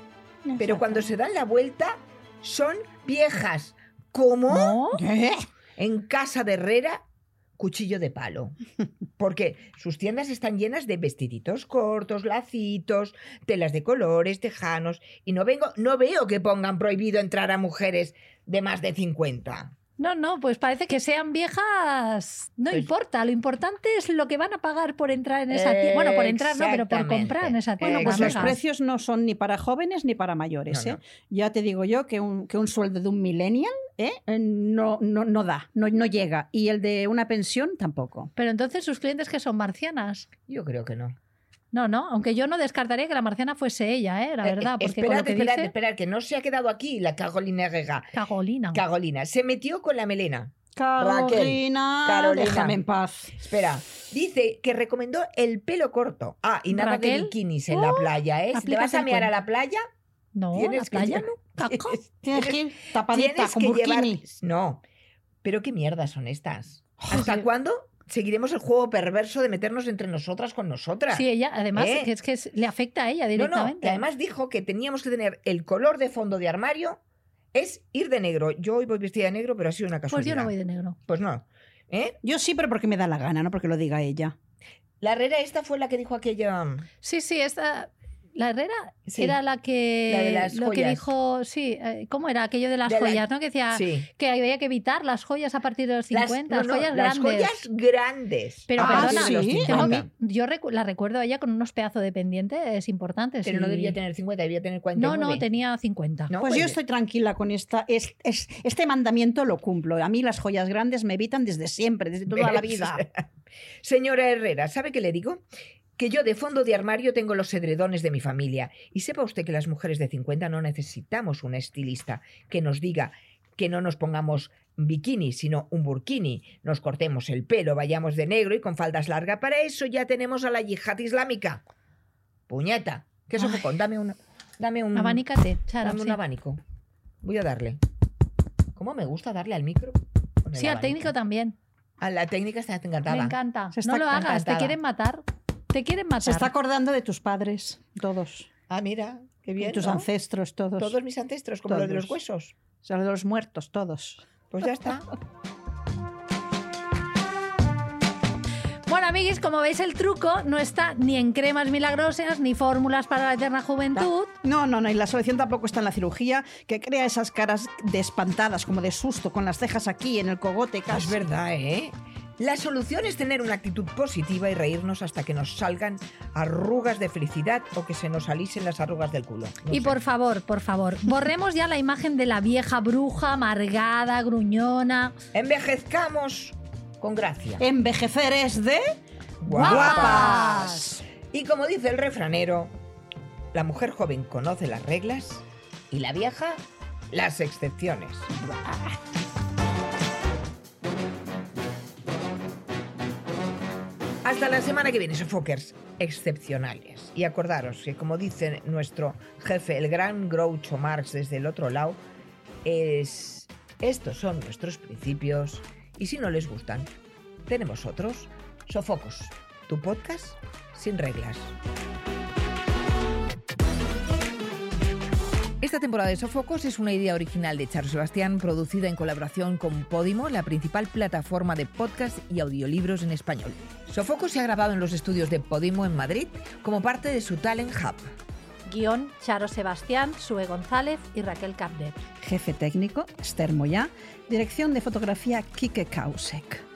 Speaker 1: pero cuando se dan la vuelta son viejas. ¿Cómo?
Speaker 2: ¿No?
Speaker 3: ¿Eh?
Speaker 1: En casa de Herrera, cuchillo de
Speaker 2: *laughs*
Speaker 1: palo. Porque sus tiendas están llenas de vestiditos cortos, lacitos, telas de colores, tejanos. Y no, vengo, no veo que pongan prohibido entrar a mujeres de más de 50.
Speaker 2: No, no, pues parece que sean viejas. No
Speaker 1: Pues-
Speaker 2: importa, lo importante es lo que van a pagar por entrar en esa tienda. Bueno, por entrar no, pero por comprar en esa tienda.
Speaker 1: Exactamente.
Speaker 3: Bueno, pues los
Speaker 1: Venga.
Speaker 3: precios no son ni para jóvenes ni para mayores.
Speaker 1: No,
Speaker 3: ¿eh? Ya te digo yo que un, que un sueldo de un millennial ¿eh? Eh, no, no, no da, no, no llega. Y el de una pensión tampoco.
Speaker 2: Pero entonces sus clientes que son marcianas.
Speaker 1: Yo creo que no.
Speaker 2: No, no, aunque yo no descartaría que la marciana fuese ella, ¿eh? la verdad,
Speaker 1: Eh, eh,
Speaker 2: porque
Speaker 1: esperad,
Speaker 2: con lo que
Speaker 1: esperad,
Speaker 2: dice,
Speaker 1: esperad, que no se ha quedado aquí la Carolina Herrera.
Speaker 2: Cagolina.
Speaker 1: Carolina, se metió con la melena.
Speaker 3: Carolina,
Speaker 1: Carolina.
Speaker 3: déjame en paz.
Speaker 1: Espera, dice que recomendó el pelo corto. Ah, y nada
Speaker 2: Raquel. ¡oh!
Speaker 1: de bikinis en la playa, ¿eh? Si te
Speaker 2: aplícate
Speaker 1: vas a
Speaker 2: el
Speaker 1: mear a
Speaker 2: cuento.
Speaker 1: la playa,
Speaker 2: no, la
Speaker 1: tienes que
Speaker 2: playa
Speaker 1: *laughs* llevar-
Speaker 2: no. Caca.
Speaker 3: Tienes que ir tapadita
Speaker 1: Tienes
Speaker 3: con
Speaker 1: que llevar...
Speaker 3: burkini.
Speaker 1: No, pero qué mierdas son estas. ¿Hasta cuándo seguiremos el juego perverso de meternos entre nosotras con nosotras?
Speaker 2: Sí, ella, además,
Speaker 1: Eh.
Speaker 2: que es que es- le afecta a ella
Speaker 1: no, no,
Speaker 2: directamente.
Speaker 1: que además dijo que teníamos que tener el color de fondo de armario es ir de negro. Yo hoy voy vestida de negro, pero ha sido una
Speaker 2: pues yo
Speaker 1: casualidad.
Speaker 2: no voy de negro.
Speaker 1: Pues no. ¿Eh?
Speaker 3: Yo sí, pero porque me da la gana, no porque lo diga ella.
Speaker 1: La herrera esta fue la que dijo aquella...
Speaker 2: Sí, sí, esta. La Herrera
Speaker 1: Sí,
Speaker 2: era la que.
Speaker 1: La de las
Speaker 2: lo que
Speaker 1: joyas.
Speaker 2: dijo. Sí, eh, ¿cómo era aquello de las
Speaker 1: De la-
Speaker 2: joyas, no? Que decía
Speaker 1: sí.
Speaker 2: que había que evitar las joyas a partir de los 50, las,
Speaker 1: no, no,
Speaker 2: joyas
Speaker 1: las
Speaker 2: grandes.
Speaker 1: joyas grandes.
Speaker 2: Pero
Speaker 1: A
Speaker 3: Ah,
Speaker 1: partir de
Speaker 3: ¿sí?
Speaker 1: los
Speaker 3: Tengo
Speaker 1: 50.
Speaker 2: Tengo mi- yo recu- la recuerdo a ella con unos pedazos de pendientes importantes.
Speaker 1: Pero no
Speaker 2: y-
Speaker 1: debía tener 50, debía tener 49.
Speaker 2: No, no, tenía 50.
Speaker 1: No,
Speaker 3: Pues yo estoy tranquila con esta. es- es- este mandamiento lo cumplo. A mí las joyas grandes me evitan desde siempre, desde toda
Speaker 1: *laughs*
Speaker 3: la
Speaker 1: ¿Ves?
Speaker 3: vida.
Speaker 1: Señora Herrera, ¿sabe qué le digo? Que yo de fondo de armario tengo los edredones de mi familia. Y sepa usted que las mujeres de 50 no necesitamos un estilista que nos diga que no nos pongamos bikini, sino un burkini, nos cortemos el pelo, vayamos de negro y con faldas largas. Para eso ya tenemos a la yihad islámica. Puñeta, qué
Speaker 2: Ay.
Speaker 1: sofocón. Dame, una, dame un
Speaker 2: Abanícate, Charo,
Speaker 1: dame un
Speaker 2: sí.
Speaker 1: abanico. Voy a darle. ¿Cómo me gusta darle al micro? con el
Speaker 2: Sí, al
Speaker 1: abanico.
Speaker 2: técnico también.
Speaker 1: A Ah, la técnica está encantada.
Speaker 2: Me encanta.
Speaker 3: Se
Speaker 2: no
Speaker 3: está
Speaker 2: lo hagas,
Speaker 1: encantada.
Speaker 2: te quieren matar. Te quieren matar.
Speaker 3: Se está acordando de tus padres, todos.
Speaker 1: Ah, mira, qué
Speaker 3: Y
Speaker 1: bien.
Speaker 3: tus
Speaker 1: ¿no?
Speaker 3: ancestros, todos.
Speaker 1: Todos mis ancestros, como los de los
Speaker 3: Todos.
Speaker 1: huesos.
Speaker 3: O sea, de los muertos, todos.
Speaker 1: Pues ya
Speaker 3: *laughs*
Speaker 1: está.
Speaker 2: Bueno, amiguis, como veis, el truco no está ni en cremas milagrosas ni fórmulas para la eterna juventud.
Speaker 3: No, no, no. Y la solución tampoco está en la cirugía, que crea esas caras de espantadas, como de susto, con las cejas aquí, en el
Speaker 1: Ah,
Speaker 3: cogote
Speaker 1: Es
Speaker 3: casi.
Speaker 1: verdad, ¿eh? La solución es tener una actitud positiva y reírnos hasta que nos salgan arrugas de felicidad o que se nos alisen las arrugas del culo. No
Speaker 2: y
Speaker 1: sé.
Speaker 2: por favor, por favor, borremos ya la imagen de la vieja bruja amargada, gruñona.
Speaker 1: Envejezcamos con gracia.
Speaker 3: Eh, Envejecer es de...
Speaker 2: ¡Guapas!
Speaker 1: Y como dice el refranero, la mujer joven conoce las reglas y la vieja las excepciones. Hasta la semana que viene, Sofokers, excepcionales. Y acordaros que, como dice nuestro jefe, el gran Groucho Marx desde el otro lado, es estos son nuestros principios y si no les gustan, tenemos otros. Sofocos, tu podcast sin reglas. Esta temporada de Sofocos es una idea original de Charles Sebastián, producida en colaboración con Podimo, la principal plataforma de podcast y audiolibros en español. Sofocos se ha grabado en los estudios de Podimo en Madrid como parte de su Talent Hub.
Speaker 2: Guión, Charo Sebastián, Sue González y Raquel Capdet.
Speaker 3: Jefe técnico, Esther Moyá. Dirección de fotografía, Kike Kausek.